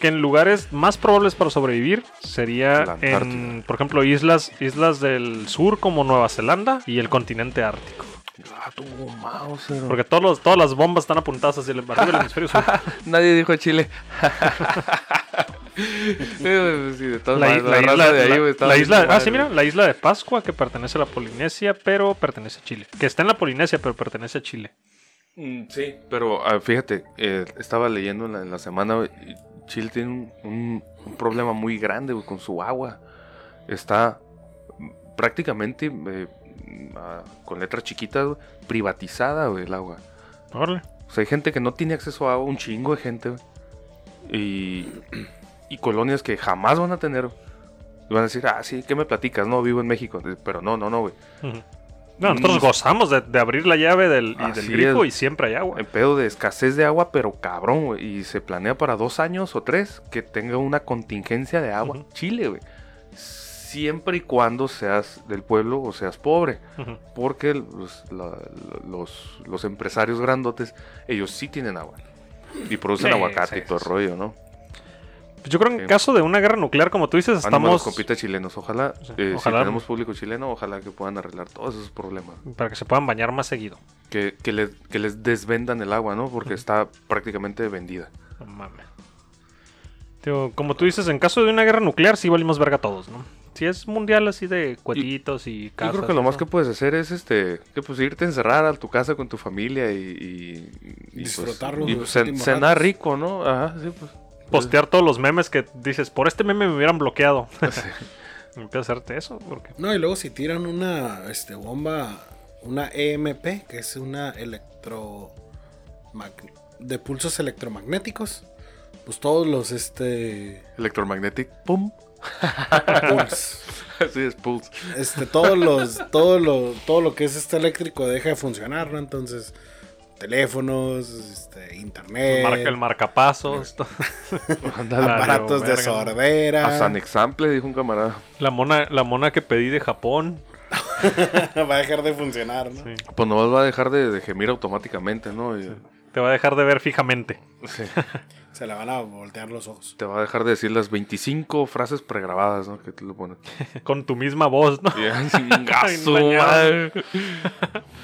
C: que en lugares más probables para sobrevivir
E: La
C: sería en,
E: Antártida.
C: por ejemplo, islas, islas del sur como Nueva Zelanda y el continente ártico.
E: Ah, tu Mauser.
C: Porque todos los- todas las bombas están apuntadas hacia el, arriba del hemisferio sur.
E: Nadie dijo Chile. Eh, sí, de todas
C: La,
E: maneras,
C: i- la
E: la raza
C: isla,
E: de ahí,
C: la-
E: güey, está
C: la
E: bien
C: isla- ah,
E: mal,
C: sí, mira,
E: güey.
C: la isla de Pascua que pertenece a la Polinesia, pero pertenece a Chile. Que está en la Polinesia, pero pertenece a Chile.
E: Mm, Sí, pero ah, fíjate, eh, estaba leyendo en la, en la semana, güey, y Chile tiene un, un- un problema muy grande güey, con su agua. Está mm, prácticamente eh, mm, ah, con letras chiquitas güey, privatizada güey, el agua.
C: Órale.
E: O sea, hay gente que no tiene acceso a agua, un chingo de gente, güey. Y, y colonias que jamás van a tener. güey. Y van a decir, ah, sí, ¿qué me platicas? No, vivo en México. Eh, Pero no, no, no, güey.
C: Ujú. No, nosotros
E: Mm.
C: gozamos de, de abrir la llave del, y del
E: Así
C: grifo
E: es. Eh,
C: y siempre hay agua.
E: El pedo de escasez de agua, pero cabrón, güey. Y se planea para dos años o tres que tenga una contingencia de agua.
C: Ujú.
E: Chile, güey. Siempre y cuando seas del pueblo o seas pobre.
C: Ujú.
E: Porque los, la- los, los empresarios grandotes, ellos sí tienen agua. Y producen
C: Sí,
E: aguacate
C: sí,
E: y todo el
C: sí.
E: rollo, ¿no?
C: Pues Yo creo que en
E: Sí. Ah,
C: caso de una guerra nuclear, como tú dices,
E: Ánimo a
C: estamos.
E: los compitas chilenos. Ojalá,
C: Sí,
E: eh,
C: ojalá.
E: si tenemos público chileno, ojalá que puedan arreglar todos esos problemas.
C: Para que se puedan bañar más seguido.
E: Que, que, les, que les desvendan el agua, ¿no? Porque está prácticamente vendida.
C: No mames. Tío, como tú dices, en caso de una guerra nuclear, sí valimos verga todos, ¿no? Si es mundial así de cuetitos y, casas.
E: Yo creo que lo
C: y
E: más
C: eso.
E: que puedes hacer es este que pues irte a encerrar a tu casa con tu familia y, y- y, pues,
D: Disfrutarlo
E: y
D: los
E: pues, cen-
D: últimos
E: cenar
D: ratos.
E: rico, ¿no? Ajá, sí, pues.
C: Postear todos los memes que dices, por este meme me hubieran bloqueado. Empieza a hacerte eso, porque.
D: No, y luego si tiran una este, bomba, una EMP, que es una electro... mag- de pulsos electromagnéticos, pues todos los, este...
E: Electromagnetic, pum.
D: pulse,
E: Así es, pulse.
D: este todos los, todo, lo, todo lo que es este eléctrico deja de funcionar, ¿no? Entonces, teléfonos, este, internet,
C: marca- el marcapasos, to-
E: Ándale.
D: eh, aparatos
C: verga,
D: de
C: ¿no?
D: sordera,
E: A San Example, dijo un camarada.
C: la mona, la mona que pedí de Japón.
D: va a dejar de funcionar, ¿no?
C: Sí.
E: Pues nomás va a dejar de, de gemir automáticamente, ¿no? Y
C: Te va a dejar de ver fijamente.
D: Se le van a voltear los ojos.
E: Te va a dejar de decir las 25 frases pregrabadas, ¿no? Que tú le pones.
C: Con tu misma voz, ¿no?
E: Y así, venga,
C: Ay,
E: su
C: mañana.
E: madre.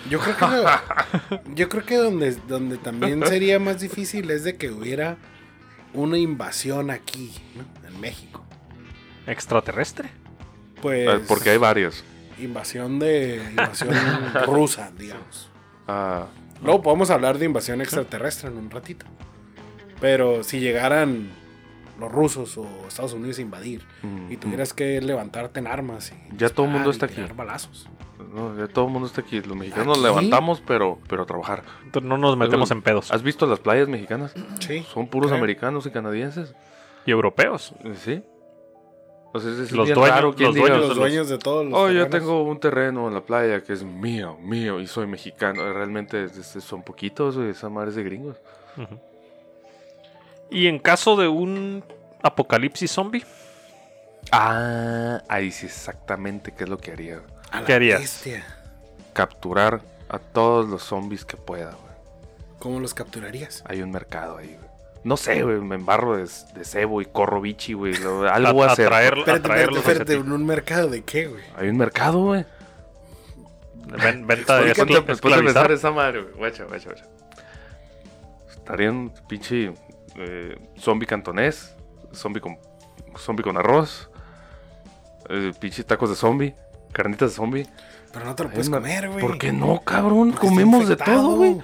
D: Yo creo que, yo creo que donde, donde también sería más difícil es de que hubiera una invasión aquí, ¿no? En México.
C: Extraterrestre.
E: Ah,
D: Pues
E: Porque hay varias.
D: invasión de invasión rusa, digamos.
E: Ah,
D: Luego podemos hablar de invasión extraterrestre en un ratito. Pero si llegaran los rusos o Estados Unidos a invadir
E: Mm,
D: y tuvieras que levantarte en armas y
E: Ya todo el mundo está
D: disparar y
E: aquí.
D: tirar balazos.
E: mm, no, ya todo el mundo está aquí. Los mexicanos
D: ¿Aquí?
E: nos levantamos, pero, pero a trabajar.
C: Entonces, No nos metemos en pedos.
E: ¿Has visto las playas mexicanas?
D: Sí.
E: Son puros
D: Creo.
E: americanos y canadienses.
C: Y europeos.
E: Eh, ¿Sí? O sea, es- es
C: Los
E: bien
C: dueños-
E: raro quien
C: los
E: diga,
C: dueños
E: o
D: Los
E: sea,
D: dueños de todos los
E: Oh, yo
D: terrenos.
E: tengo un terreno en la playa que es mío, mío, y soy mexicano. Eh, Realmente es- es- son poquitos, güey, esas madres de gringos.
C: Ujú. Y en caso de un apocalipsis zombie,
E: Ah, ahí sí exactamente qué es lo que haría. güey.
D: A la
C: ¿Qué harías?
D: bestia.
E: Capturar a todos los zombies que pueda, güey.
D: ¿Cómo los capturarías?
E: Hay un mercado ahí, güey. No sé, güey, me embarro de, de cebo y corro bichi, güey. lo- Algo
C: a,
E: a hacer.
C: atraer-
D: Espérate, espérate,
C: atraerlos hacia
D: espérate,
C: ti.
D: ¿en un mercado de qué, güey?
E: Hay un mercado, güey.
C: Ven- venta de
E: Ponte-
C: escla-
E: ponte a
C: esclavizar.
E: pensar esa madre, güey. Guacha, guacha, guacha. Estaría un pinche eh, zombie cantonés, zombie con, zombie con arroz, eh, pinche tacos de zombie, carnitas de zombie.
D: Pero no te lo
E: Hay
D: puedes
E: una-
D: comer, güey.
E: ¿Por qué no, cabrón?
D: Porque está
E: Comemos de
D: infectado.
E: todo, güey.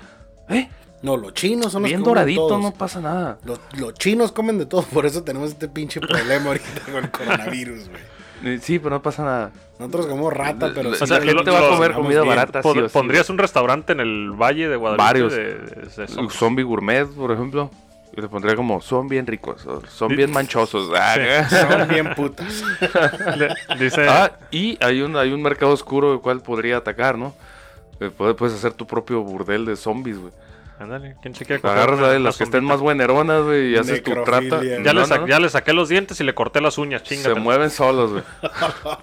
E: ¿Eh?
D: No, los chinos son los
E: Bien
D: que comen
E: doradito,
D: todos.
E: no pasa nada.
D: Los, los chinos comen de todo, por eso tenemos este pinche problema ahorita con el coronavirus, güey.
E: Eh, Sí, pero no pasa nada.
D: Nosotros comemos rata, pero
E: O
D: sí
C: sea,
D: lo-
C: ¿quién te
D: lo
C: va a comer
D: cocinamos
E: comida
D: bien.
E: barata? Está
C: Pod-
E: sí o sí,
C: ¿Pondrías un restaurante en el Valle de Guadalupe?
E: Varios.
C: de- de
E: Un
C: zombies?
E: Zombie gourmet, por ejemplo. Yo le pondría como son bien ricos, o son bien manchosos. Ah,
D: Son bien putas.
C: Le- Dice,
E: Ah, y hay un, hay un mercado oscuro el cual podría atacar, ¿no? Eh, Puedes, puedes hacer tu propio burdel de zombies, güey.
C: ándale, ¿quién se quiere coger
E: Agarras
C: una-
E: a de
C: una
E: las que estén
C: zombita?
E: más bueneronas, güey, y haces tu
D: Necrofilia.
E: trata.
D: Ya
C: Ya,
E: No,
C: le sa-
E: no, no.
C: ya le saqué los dientes y le corté las uñas,
E: Se
C: chinga.
E: mueven solos, güey.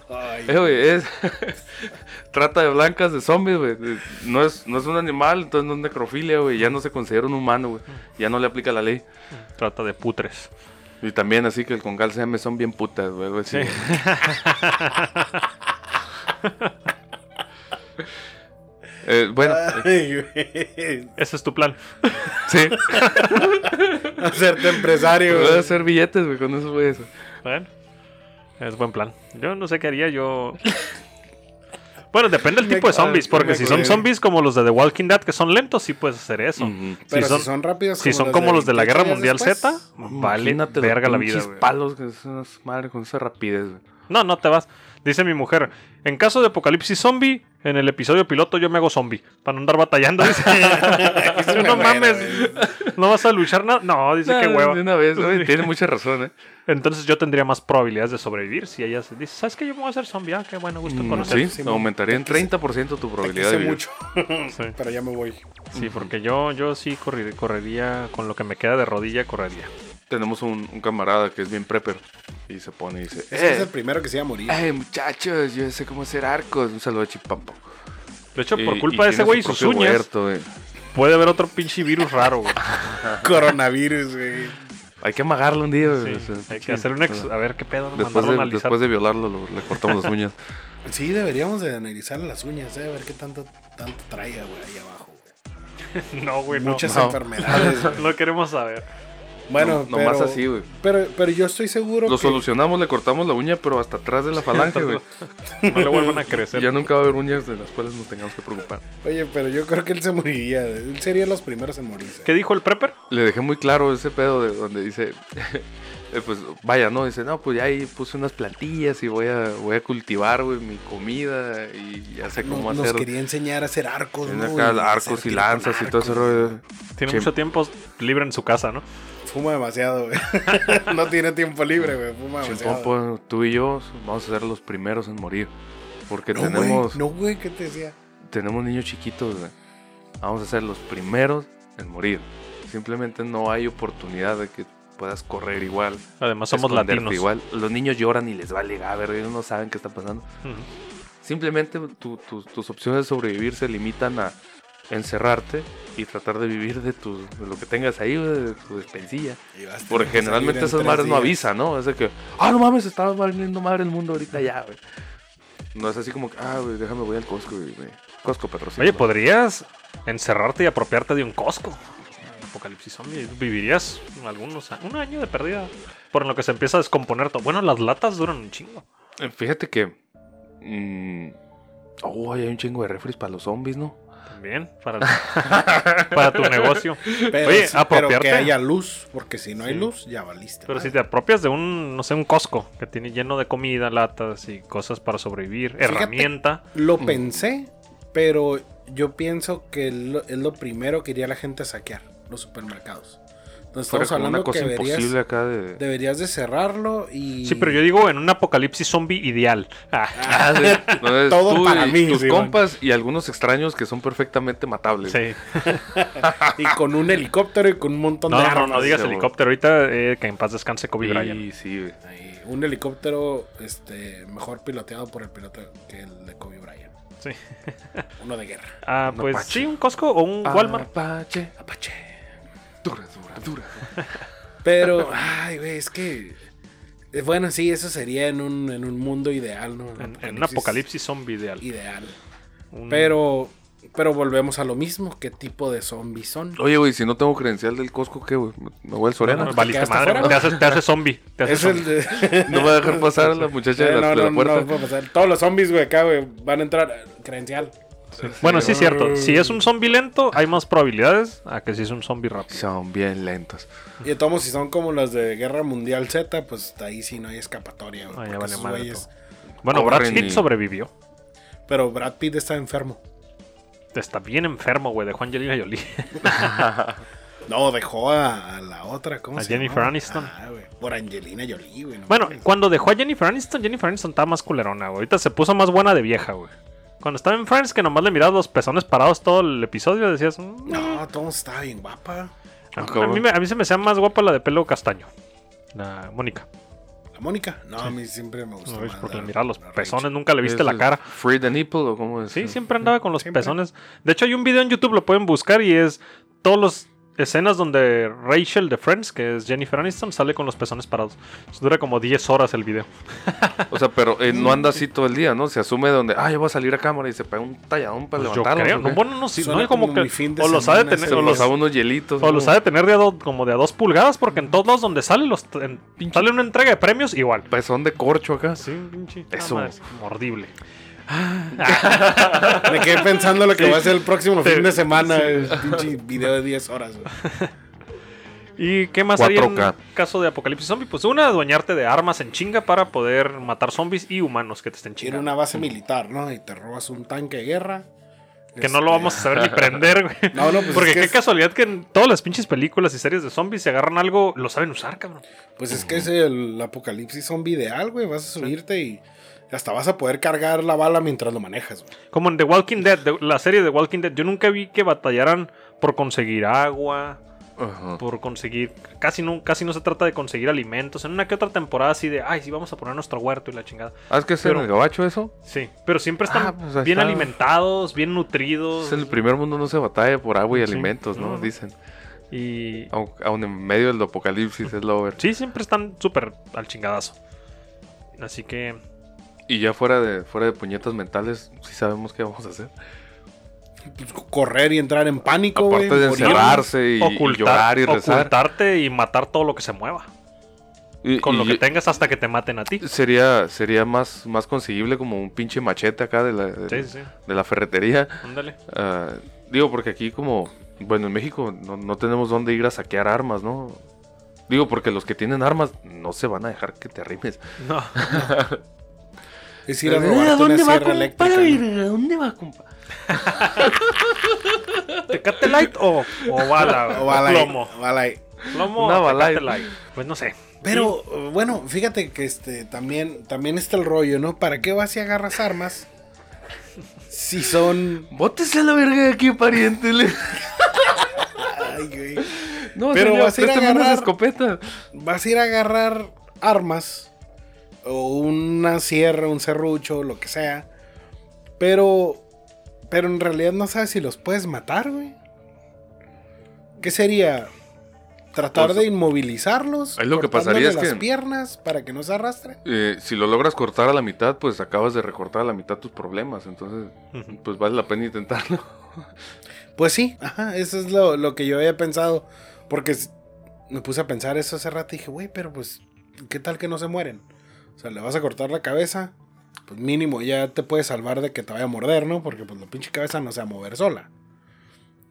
D: Ay,
E: Eh, güey, es trata de blancas de zombies, güey. Eh, No es, no es un animal, entonces no es necrofilia, güey. Ya no se considera un humano, güey. Ya no le aplica la ley.
C: Trata de putres.
E: Y también así que el congal se llame son bien putas, güey. algo así. Eh, bueno,
D: Ay, güey.
C: Ese es tu plan.
E: sí.
D: Hacerte empresario.
E: Voy
D: güey.
E: a hacer billetes, güey, con eso, güey.
C: Bueno, es buen plan. Yo no sé qué haría, yo. Bueno, depende del tipo de zombies,
D: Ah,
C: porque
D: me
C: si son
D: acordé.
C: zombies como los de The Walking Dead, que son lentos, sí puedes hacer eso.
E: Ujú.
C: Si
D: Pero
C: son,
D: si son rápidos
C: si son como los de la Guerra
D: 28
C: Mundial
D: días
C: Z,
D: después,
C: vale verga la vida, güey.
E: palos que son esas madres con esa rapidez, güey.
C: No, no te vas. Dice mi mujer, en caso de apocalipsis zombie, en el episodio piloto yo me hago zombie, para no andar batallando. Dice,
D: me
C: no
D: muero,
C: mames, no vas a luchar nada. No, dice que
E: No,
C: hueva.
E: De una vez, güey, tiene mucha razón, ¿eh?
C: Entonces yo tendría más probabilidades de sobrevivir si ella se dice, ¿sabes qué? Yo me voy a hacer zombie. Ah, qué bueno, gusto conocerte.
E: Mm, Sí, aumentaría en 30% tu
D: Te
E: probabilidad
D: quise
E: de vivir.
D: mucho,
C: Sí.
D: pero ya me voy.
C: Sí, porque yo, yo sí corri- correría con lo que me queda de rodilla, correría.
E: Tenemos un, un camarada que es bien prepper y se pone y dice,
D: Ese es el
E: eh,
D: primero que se iba a morir.
E: eh, muchachos, yo sé cómo hacer arcos. Un saludo a Chipampo.
C: De hecho, por
E: Y-
C: culpa de
E: tiene
C: ese güey y sus
E: propio
C: uñas,
E: huerto, güey.
C: puede haber otro pinche virus raro, güey.
E: Ah.
D: Coronavirus, güey.
E: Hay que amagarlo un día, güey.
C: Sí,
E: o sea,
C: hay que
E: sí.
C: hacer un ex... A ver, ¿qué pedo? Nos
E: Después
C: mandaron a
E: de,
C: alisar.
E: después de violarlo, lo- le cortamos las uñas.
D: Sí, deberíamos de analizar las uñas, eh, a ver qué tanto, tanto traiga, güey, ahí abajo. güey.
C: No, güey, no.
D: Muchas
E: no.
D: enfermedades. güey.
C: No queremos saber.
D: Bueno,
E: No-
D: pero,
E: nomás así, güey.
D: Pero, pero yo estoy seguro
E: Lo
D: que
E: solucionamos, le cortamos la uña, pero hasta atrás de la falange, güey.
C: No le vuelvan a crecer.
E: Ya nunca va a haber uñas de las cuales nos tengamos que preocupar.
D: Oye, pero yo creo que él se moriría. Él sería los primeros en morirse.
C: ¿Qué dijo el prepper?
E: Le dejé muy claro ese pedo de donde dice, eh, pues vaya, ¿no? Dice, no, pues ya ahí puse unas plantillas y voy a, voy a cultivar, güey, mi comida y ya sé
D: No-
E: cómo
D: nos
E: hacer.
D: quería enseñar a hacer arcos,
E: tiene
D: ¿no?
E: acá
D: Y
E: arcos
D: hacer
E: y
D: tiro
E: lanzas
D: con
E: y todo ese
D: arcos.
E: rollo.
C: Tiene
E: Sí.
C: mucho tiempo libre en su casa, ¿no?
D: Fuma demasiado, güey. no tiene tiempo libre, güey. Fuma demasiado.
C: pues,
E: Chimpompo, tú y yo vamos a ser los primeros en morir. Porque
D: no,
E: tenemos,
D: güey. No, güey, ¿qué te decía?
E: tenemos niños chiquitos, güey. Vamos a ser los primeros en morir. Simplemente no hay oportunidad de que puedas correr igual.
C: Además somos
E: esconderte
C: latinos.
E: Igual. Los niños lloran y les vale a ver, ellos no saben qué está pasando.
C: Ujú.
E: Simplemente tu- tu- tus opciones de sobrevivir se limitan a encerrarte y tratar de vivir de, tu, de lo que tengas ahí, güey, de tu despensilla.
D: Y vas a
E: Porque
D: tener que salir
E: generalmente
D: en
E: esas
D: tres
E: madres no
D: días.
E: avisan, ¿no? Es de que, ah, no mames, está valiendo madre el mundo ahorita ya, güey. No es así como que, ah, güey, déjame, voy al Costco, güey. güey. Costco, perro. sí,
C: Oye,
E: ¿no?
C: ¿podrías encerrarte y apropiarte de un Costco? Apocalipsis zombie. Vivirías algunos a- un año de pérdida. Por lo que se empieza a descomponer todo. Bueno, las latas duran un chingo.
E: Eh, Fíjate que. mm, oh, hay un chingo de refres para los zombies, ¿no?
C: También. Para, para tu negocio.
D: Pero,
C: Oye,
D: sí, pero
C: apropiarte.
D: que haya luz, porque si no hay
C: Sí.
D: luz, ya valiste.
C: Pero si
D: madre.
C: te apropias de un, no sé, un Costco que tiene lleno de comida, latas y cosas para sobrevivir,
D: Fíjate.
C: herramienta.
D: Lo pensé, pero yo pienso que lo- es lo primero que iría la gente a saquear, los supermercados. Entonces
E: Fuera
D: estamos
E: como
D: hablando
E: una cosa
D: que deberías,
E: imposible acá de.
D: deberías de cerrarlo y...
C: Sí, pero yo digo en un apocalipsis zombie ideal. Ah,
E: Ah, sí. Entonces,
D: Todo
E: tú
D: para
E: y
D: mí,
E: Tus
D: sí,
E: compas y algunos extraños que son perfectamente matables.
C: sí.
D: Y con un helicóptero y con un montón
C: No,
D: de
C: no, no,
D: armas.
C: no digas
E: seguro.
C: helicóptero ahorita. eh, que en paz descanse Kobe Bryant.
E: Y sí, güey.
D: Ahí, Eh, un helicóptero este, mejor piloteado por el piloto que el de Kobe Bryant.
C: Sí.
D: Uno de guerra.
C: Ah,
E: Un
C: pues
E: Apache.
C: sí, un Costco o
E: Ah,
C: un Walmart.
E: Apache,
D: Apache.
E: dura, dura, dura.
D: Pero, ay, güey, es que... eh, Bueno, sí, eso sería en un, en un mundo ideal, ¿no?
C: En, en un apocalipsis zombie ideal.
D: Ideal.
C: Un-
D: Pero, pero volvemos a lo mismo. ¿Qué tipo de zombies son?
E: Oye, güey, si no tengo credencial del Costco, ¿qué, güey? ¿Me voy al Soriana?
C: no,
D: te
C: valiste
D: quedaste
C: madre,
D: fuera.
C: te haces, te haces zombie. Te haces
D: Es el
C: zombie.
D: de...
E: No va a dejar pasar a la muchacha de la,
D: Eh, no,
E: de la
D: no, no,
E: puerta.
D: no va a pasar. Todos los zombies, güey, acá, güey, van a entrar. eh, Credencial.
C: Bueno, sí es cierto. Si es un zombie lento, hay más probabilidades a que si es un zombie rápido.
E: Son bien lentos.
D: Y de todos modos, si son como los de Guerra Mundial Z, pues ahí sí no hay escapatoria, güey,
C: Ah, ya
D: porque
C: vale
D: esos
C: madre
D: güeyes-
C: Bueno, Brad
E: corren
C: Pitt
E: y-
C: sobrevivió.
D: Pero Brad Pitt está enfermo.
C: Está bien enfermo, güey, de Juan Angelina Jolie.
D: No, dejó a, a la otra, ¿cómo
C: A
D: se
C: Jennifer
D: llamaba?
C: Aniston.
D: Ah, güey, Por Angelina Jolie, güey. no
C: Bueno,
D: mames.
C: cuando dejó a Jennifer Aniston, Jennifer Aniston estaba más culerona, güey. Ahorita se puso más buena de vieja, güey. Cuando estaba en Friends, que nomás le mirabas los pezones parados todo el episodio, decías... "Mm,
D: No, todo está bien guapa.
C: a- a,
E: cabrón.
C: mí, me- a mí se me sea más guapa la de pelo castaño. La Mónica.
D: La Mónica. No, a mí siempre me gustó.
C: No, Pues es
D: más
C: porque
D: la-
C: le miraba los
D: la
C: pezones, nunca le viste la
E: Es-
C: cara.
E: ¿Free the nipple o cómo es?
C: Sí, siempre andaba con los
D: Siempre.
C: pezones. De hecho, hay un video en YouTube, lo pueden buscar y es todos los escenas donde Rachel de Friends, que es Jennifer Aniston, sale con los pezones parados. Eso dura como 10 horas el video.
E: O sea, pero eh, no anda así todo el día, ¿no? Se asume donde, ah, yo voy a salir a cámara y se pega un talladón para
C: Pues yo
E: levantarlo.
C: creo.
E: ¿o
C: No,
E: qué?
C: bueno, no, sí,
D: Suena
C: no, como
D: como
C: que.
D: mi fin de
C: O los ha de
D: semana,
C: tener.
E: Se
C: O los,
E: los a unos hielitos.
C: o
E: ¿no?
C: los ha de tener de a dos- como de a dos pulgadas, porque en todos lados donde sale, los, en- sale una entrega de premios igual.
E: Pezón Pues, de corcho acá.
C: Sí, pinche.
E: Eso.
C: nada más, mordible.
D: Me quedé pensando lo que
C: Sí.
D: va a ser el próximo
C: Sí.
D: fin de semana. El pinche video de 10 horas. güey.
C: ¿Y qué más haría en
E: 4K.
C: caso de apocalipsis zombie? Pues una, adueñarte de armas en chinga para poder matar zombies y humanos que te estén
D: Era
C: chingando.
D: una base militar, ¿no? Y te robas un tanque de guerra. Este,
C: Que no lo vamos a saber ni prender, güey.
D: No, no, pues
C: Porque
D: es que
C: qué
D: es-
C: casualidad que en todas las pinches películas y series de zombies se agarran algo, lo saben usar, cabrón.
D: Pues es que es el apocalipsis zombie ideal, güey. Vas a subirte y hasta vas a poder cargar la bala mientras lo manejas, güey.
C: Como en The Walking Dead, de- la serie de Walking Dead, yo nunca vi que batallaran por conseguir agua,
E: Ajá.
C: por conseguir. Casi no, casi no se trata de conseguir alimentos. En una que otra temporada así de, ay, sí, vamos a poner nuestro huerto y la chingada.
E: Ah, es que es en
C: Pero-
E: el gabacho eso.
C: Sí, pero siempre están
E: Ah, pues ahí
C: bien
E: está.
C: alimentados, bien nutridos.
E: Es en el primer mundo no se batalla por agua y
C: Pues, Sí.
E: alimentos,
C: No,
E: ¿no?
C: no.
E: Dicen.
C: Y.
E: Aun, aun en medio del apocalipsis es lo over.
C: Sí, siempre están súper al chingadazo. Así que.
E: Y ya fuera de, fuera de puñetas mentales, sí sabemos qué vamos a hacer.
D: Pues correr y entrar en pánico, güey.
E: Aparte de
D: morir.
E: encerrarse y, y llorar y rezar.
C: ocultarte y matar todo lo que se mueva.
E: Y-
C: Con
E: y
C: lo que
E: yo-
C: tengas hasta que te maten a ti.
E: Sería, sería más, más conseguible como un pinche machete acá de la,
C: Sí,
E: de,
C: sí,
E: de la ferretería.
C: ándale.
E: Ah, digo, porque aquí como, bueno, en México no, no tenemos dónde ir a saquear armas, ¿no? Digo, porque los que tienen armas no se van a dejar que te arrimes.
C: No,
D: Es
C: Eh,
D: ir a robarte una sierra eléctrica. ¿no?
E: ¿Dónde va, compa?
C: ¿Tecate light o, o bala?
D: O
C: o
D: bala ahí,
C: plomo.
D: bala ahí.
C: Plomo
E: Una
C: o
E: bala
C: Tecate
E: ahí.
C: light. Pues no sé.
D: Pero eh, bueno, fíjate que este también, también está el rollo, ¿no? ¿Para qué vas y agarras armas? Si son.
E: Bótese a la verga de aquí, pariente. le-
D: Ay, güey.
E: No,
D: Pero
E: señor,
D: vas a ir a
E: préstame unas
D: agarrar-
E: escopetas.
D: vas a ir a agarrar armas o una sierra, un serrucho, lo que sea, pero pero en realidad no sabes si los puedes matar, güey. ¿Qué sería? Tratar
E: Pues,
D: de inmovilizarlos,
E: ahí lo que pasaría
D: cortándole
E: es
D: las
E: que-
D: piernas para que no se arrastren.
E: Eh, si lo logras cortar a la mitad, pues acabas de recortar a la mitad tus problemas. Entonces,
C: Ujú.
E: pues vale la pena intentarlo.
D: Pues sí, ajá, eso es lo, lo que yo había pensado, porque s- me puse a pensar eso hace rato y dije, güey, pero pues, ¿qué tal que no se mueren? O sea, le vas a cortar la cabeza, pues mínimo ya te puedes salvar de que te vaya a morder, ¿no? Porque pues la pinche cabeza no se va a mover sola.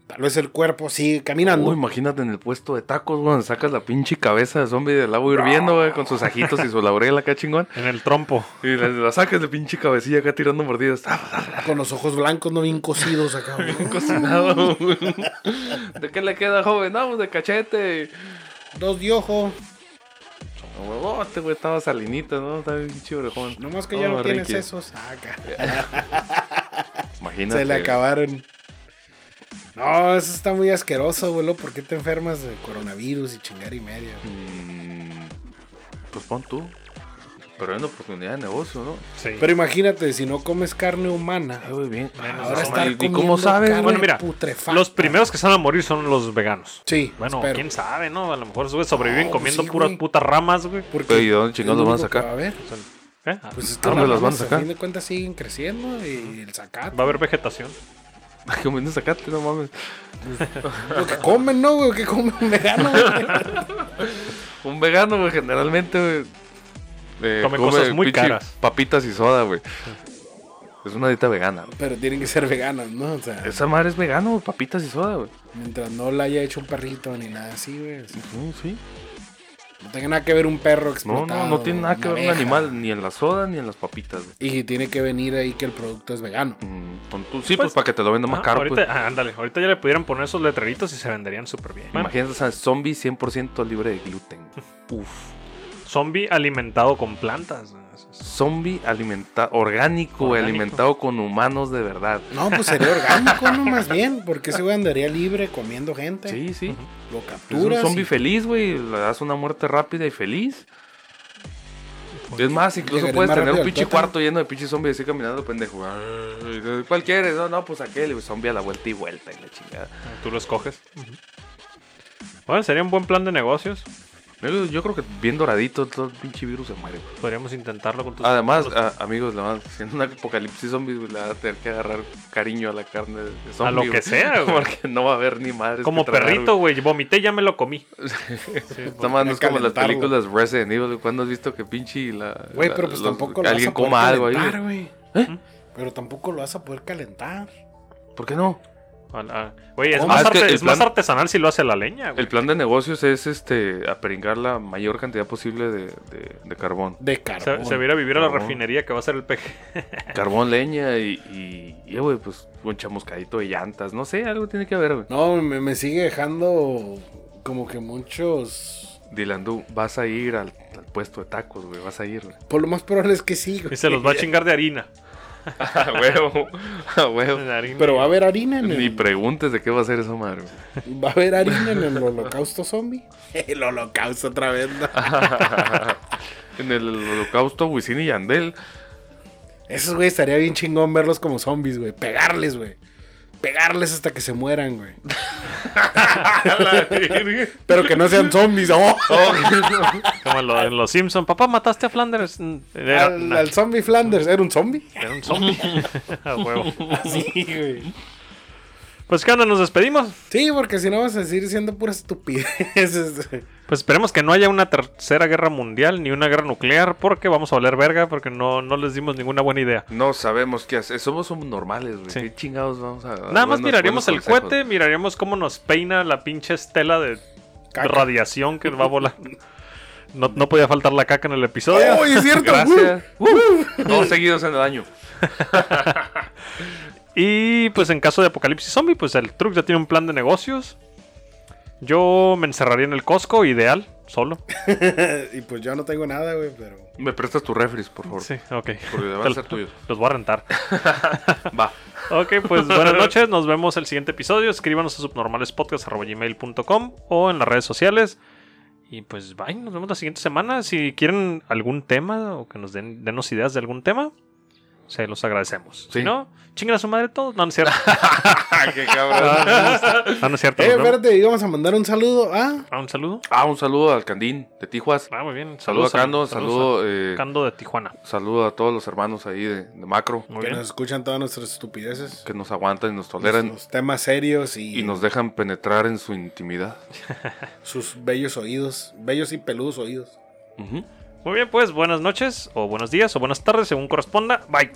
D: Tal vez el cuerpo sigue caminando.
E: Uy, imagínate en el puesto de tacos, güey, donde sacas la pinche cabeza de zombie del agua hirviendo, güey, con sus ajitos y su laurel acá chingón.
C: En el trompo.
E: Y la, la sacas de pinche cabecilla acá tirando mordidas. Ah,
D: con los ojos blancos, no bien cosidos acá. güey.
E: Cocinado, güey. ¿De qué le queda, joven? No, pues, de cachete.
D: Dos de ojo.
E: A huevo, este güey estaba salinita, ¿no? Estaba bien pinche orejón.
D: Nomás que ya no
E: Oh,
D: tienes
E: Ricky.
D: esos. Ah, ca-
E: Imagínate.
D: se le acabaron. No, eso está muy asqueroso, güey. luego, ¿Por qué te enfermas de coronavirus y chingar y media? güey?
E: Mm, Pues pon tú. Pero hay una oportunidad de negocio, ¿no?
C: Sí.
D: Pero imagínate, si no comes carne humana,
E: Ay, güey, bien.
D: ahora
E: no,
D: estar
E: ¿y- ¿Y
D: comiendo
E: cómo sabes?
C: Ah,
D: carne
E: güey?
C: Bueno, mira,
D: putrefacta.
C: Los primeros que se van a morir son los veganos.
D: Sí,
C: Bueno,
D: espero.
C: quién sabe, ¿no? A lo mejor güey, sobreviven
D: No,
C: comiendo
D: sí,
C: puras
D: güey.
C: putas ramas, güey.
D: Porque
E: Pero, ¿y dónde chingados
D: es lo
E: los van a
D: único que
E: sacar?
D: va haber.
C: ¿Eh? Ah,
D: Pues es que
E: ¿Dónde
D: las
E: las van a
D: ramas,
E: sacar?
D: A fin de cuentas siguen creciendo y el zacate.
C: Va a haber vegetación.
E: Comiendo sacate, no mames.
D: Lo que comen, ¿no, güey? Que comen vegano, güey.
E: Un vegano, güey, generalmente, güey. eh,
C: Come cosas muy
E: pinche
C: caras.
E: Papitas y soda, güey. Es una dieta vegana. güey.
D: Pero tienen que ser veganos, ¿no? O sea,
E: Esa madre es vegano, güey, papitas y soda, güey.
D: mientras no la haya hecho un perrito ni nada así, güey. O sea,
E: Sí, sí.
D: no tenga nada que ver un perro
E: No,
D: explotado.
E: no, no tiene nada que
D: una
E: ver un
D: abeja.
E: animal, ni en la soda, ni en las papitas, güey.
D: Y tiene que venir ahí que el producto es vegano.
E: Mm, pon tú- Sí, pues,
C: Pues-
E: para que te lo venda más
C: Ah,
E: caro,
C: ahorita,
E: pues.
C: ah, ándale, ahorita ya le pudieran poner esos letreritos y se venderían súper bien. Bueno,
E: Imagínate, o sea, zombie 100% libre de gluten. Uf.
C: zombie alimentado con plantas.
E: Zombie alimenta orgánico, güey,
C: Orgánico.
E: alimentado con humanos de verdad.
D: No, pues sería orgánico, ¿no? Más bien, porque ese güey andaría libre comiendo gente.
E: Sí, sí.
D: Lo
E: Es un
D: capturas.
E: zombie
D: y-
E: feliz, güey. Le das una muerte rápida y feliz.
C: Pues
E: Es más, incluso
D: Llegaría
E: puedes
D: más
E: tener
D: rápido al
E: un pinche
D: tótem.
E: cuarto lleno de pinches zombies así caminando, pendejo. Ay,
C: eh,
E: ¿Cuál quieres? No, no, pues aquel. y Zombie a la vuelta y vuelta y la chingada.
C: Tú lo escoges. Bueno, sería un buen plan de negocios.
E: Yo, yo creo que bien doradito todo el pinche virus se muere, güey.
C: Podríamos intentarlo con tus
E: Además, a- amigos, le van siendo un apocalipsis zombie, güey, le van a tener que agarrar cariño a la carne de zombie.
C: A lo
E: güey.
C: que sea, güey.
E: Porque no va a haber ni madre.
C: como perrito, güey. Vomité, ya me lo comí.
E: Está más, no es como las
D: Calentarlo.
E: películas Resident Evil. güey. ¿Cuándo has visto que pinche la.
D: Güey,
E: la-
D: pero pues
E: los-
D: tampoco lo
E: Alguien
D: vas a poder
E: coma algo ahí.
D: calentar,
E: güey?
D: güey. ¿Mm?
E: ¿Eh?
D: Pero tampoco lo vas a poder calentar.
E: ¿Por qué no?
C: Ala. Güey, es,
E: Ah,
C: más,
E: es que
C: arte-
E: el
C: es más
E: plan-
C: artesanal si lo hace a la leña, güey.
E: El plan de negocios es este aperingar la mayor cantidad posible de, de- de carbón.
D: De
C: Se,
D: carbón.
C: se va a ir a vivir a la
E: Carbón.
C: refinería que va a ser el PG.
E: Carbón, leña y, y, y, güey, pues un chamuscadito de llantas. No sé, algo tiene que haber, güey.
D: No, me, me sigue dejando como que muchos.
E: Dilandú, vas a ir al, al puesto de tacos, güey. Vas a ir, güey.
D: Por pues, lo más probable es que sí, güey.
C: Y se los va a chingar de harina.
E: A Ah, huevo, a huevo.
C: De harina.
D: Pero va a haber harina en
E: Ni
D: el.
E: preguntes de qué va a ser eso, madre. güey.
D: Va a haber harina en el holocausto zombie. El holocausto otra vez. ¿no?
E: en el holocausto, Wisin y Yandel.
D: Esos, güey, estaría bien chingón verlos como zombies, güey. Pegarles, güey. Pegarles hasta que se mueran, güey. Pero que no sean zombies, ¡oh!
C: Como en lo- en los Simpsons. Papá, mataste a Flanders. Mm, Era,
D: al,
C: nah,
D: al zombie Flanders. ¿Era un zombie?
C: era un zombie. a huevo.
D: Sí, güey.
C: Pues, ¿qué onda? ¿Nos despedimos?
D: Sí, porque si no vas a seguir siendo pura estupidez. este,
C: Pues esperemos que no haya una tercera guerra mundial ni una guerra nuclear porque vamos a oler verga porque no, no les dimos ninguna buena idea.
E: No sabemos qué hacer. Somos normales, güey.
C: Sí.
E: ¿Qué chingados vamos a
C: Nada más
E: buenos-
C: miraríamos el
E: buenos consejos.
C: cohete, miraríamos cómo nos peina la pinche estela de
D: Caca.
C: radiación que va a volar. No, no podía faltar la caca en el episodio.
D: ¡Oh, es cierto!
E: Gracias. Dos seguidos en el año.
C: Y pues en caso de apocalipsis zombie, pues el truck ya tiene un plan de negocios. Yo me encerraría en el Costco, ideal, solo.
D: Uh. y pues yo no tengo nada, güey, pero...
E: Me prestas tus refres, por favor.
C: Sí, ok.
E: Porque van a ser tuyos.
C: Los voy a rentar.
E: Va.
C: Ok, pues buenas noches. Nos vemos el siguiente episodio. Escríbanos a subnormalespodcast.com o en las redes sociales. Y pues bye, nos vemos la siguiente semana. Si quieren algún tema o que nos den denos ideas de algún tema, se los agradecemos. Si
E: Sí.
C: no, chinguen a su madre todos. No, no es cierto.
E: qué cabrón.
C: Ah, no es cierto.
D: Eh,
C: nos vemos.
D: espérate, íbamos a mandar un saludo a...
C: Ah, un saludo.
E: Ah, un saludo al Candín de Tijuas.
C: Ah, muy bien.
E: Saludo a Cando,
C: saludos
E: saludo, eh,
C: a Cando de Tijuana.
E: saludo a todos los hermanos ahí de, de Macro
C: Muy
D: que
C: bien.
D: nos escuchan todas nuestras estupideces.
E: que nos aguantan y nos toleran
D: Los temas serios y,
E: y nos dejan penetrar en su intimidad.
D: sus bellos oídos. Bellos y peludos oídos.
E: Ujú.
C: Muy bien, pues buenas noches, o buenos días, o buenas tardes, según corresponda. Bye.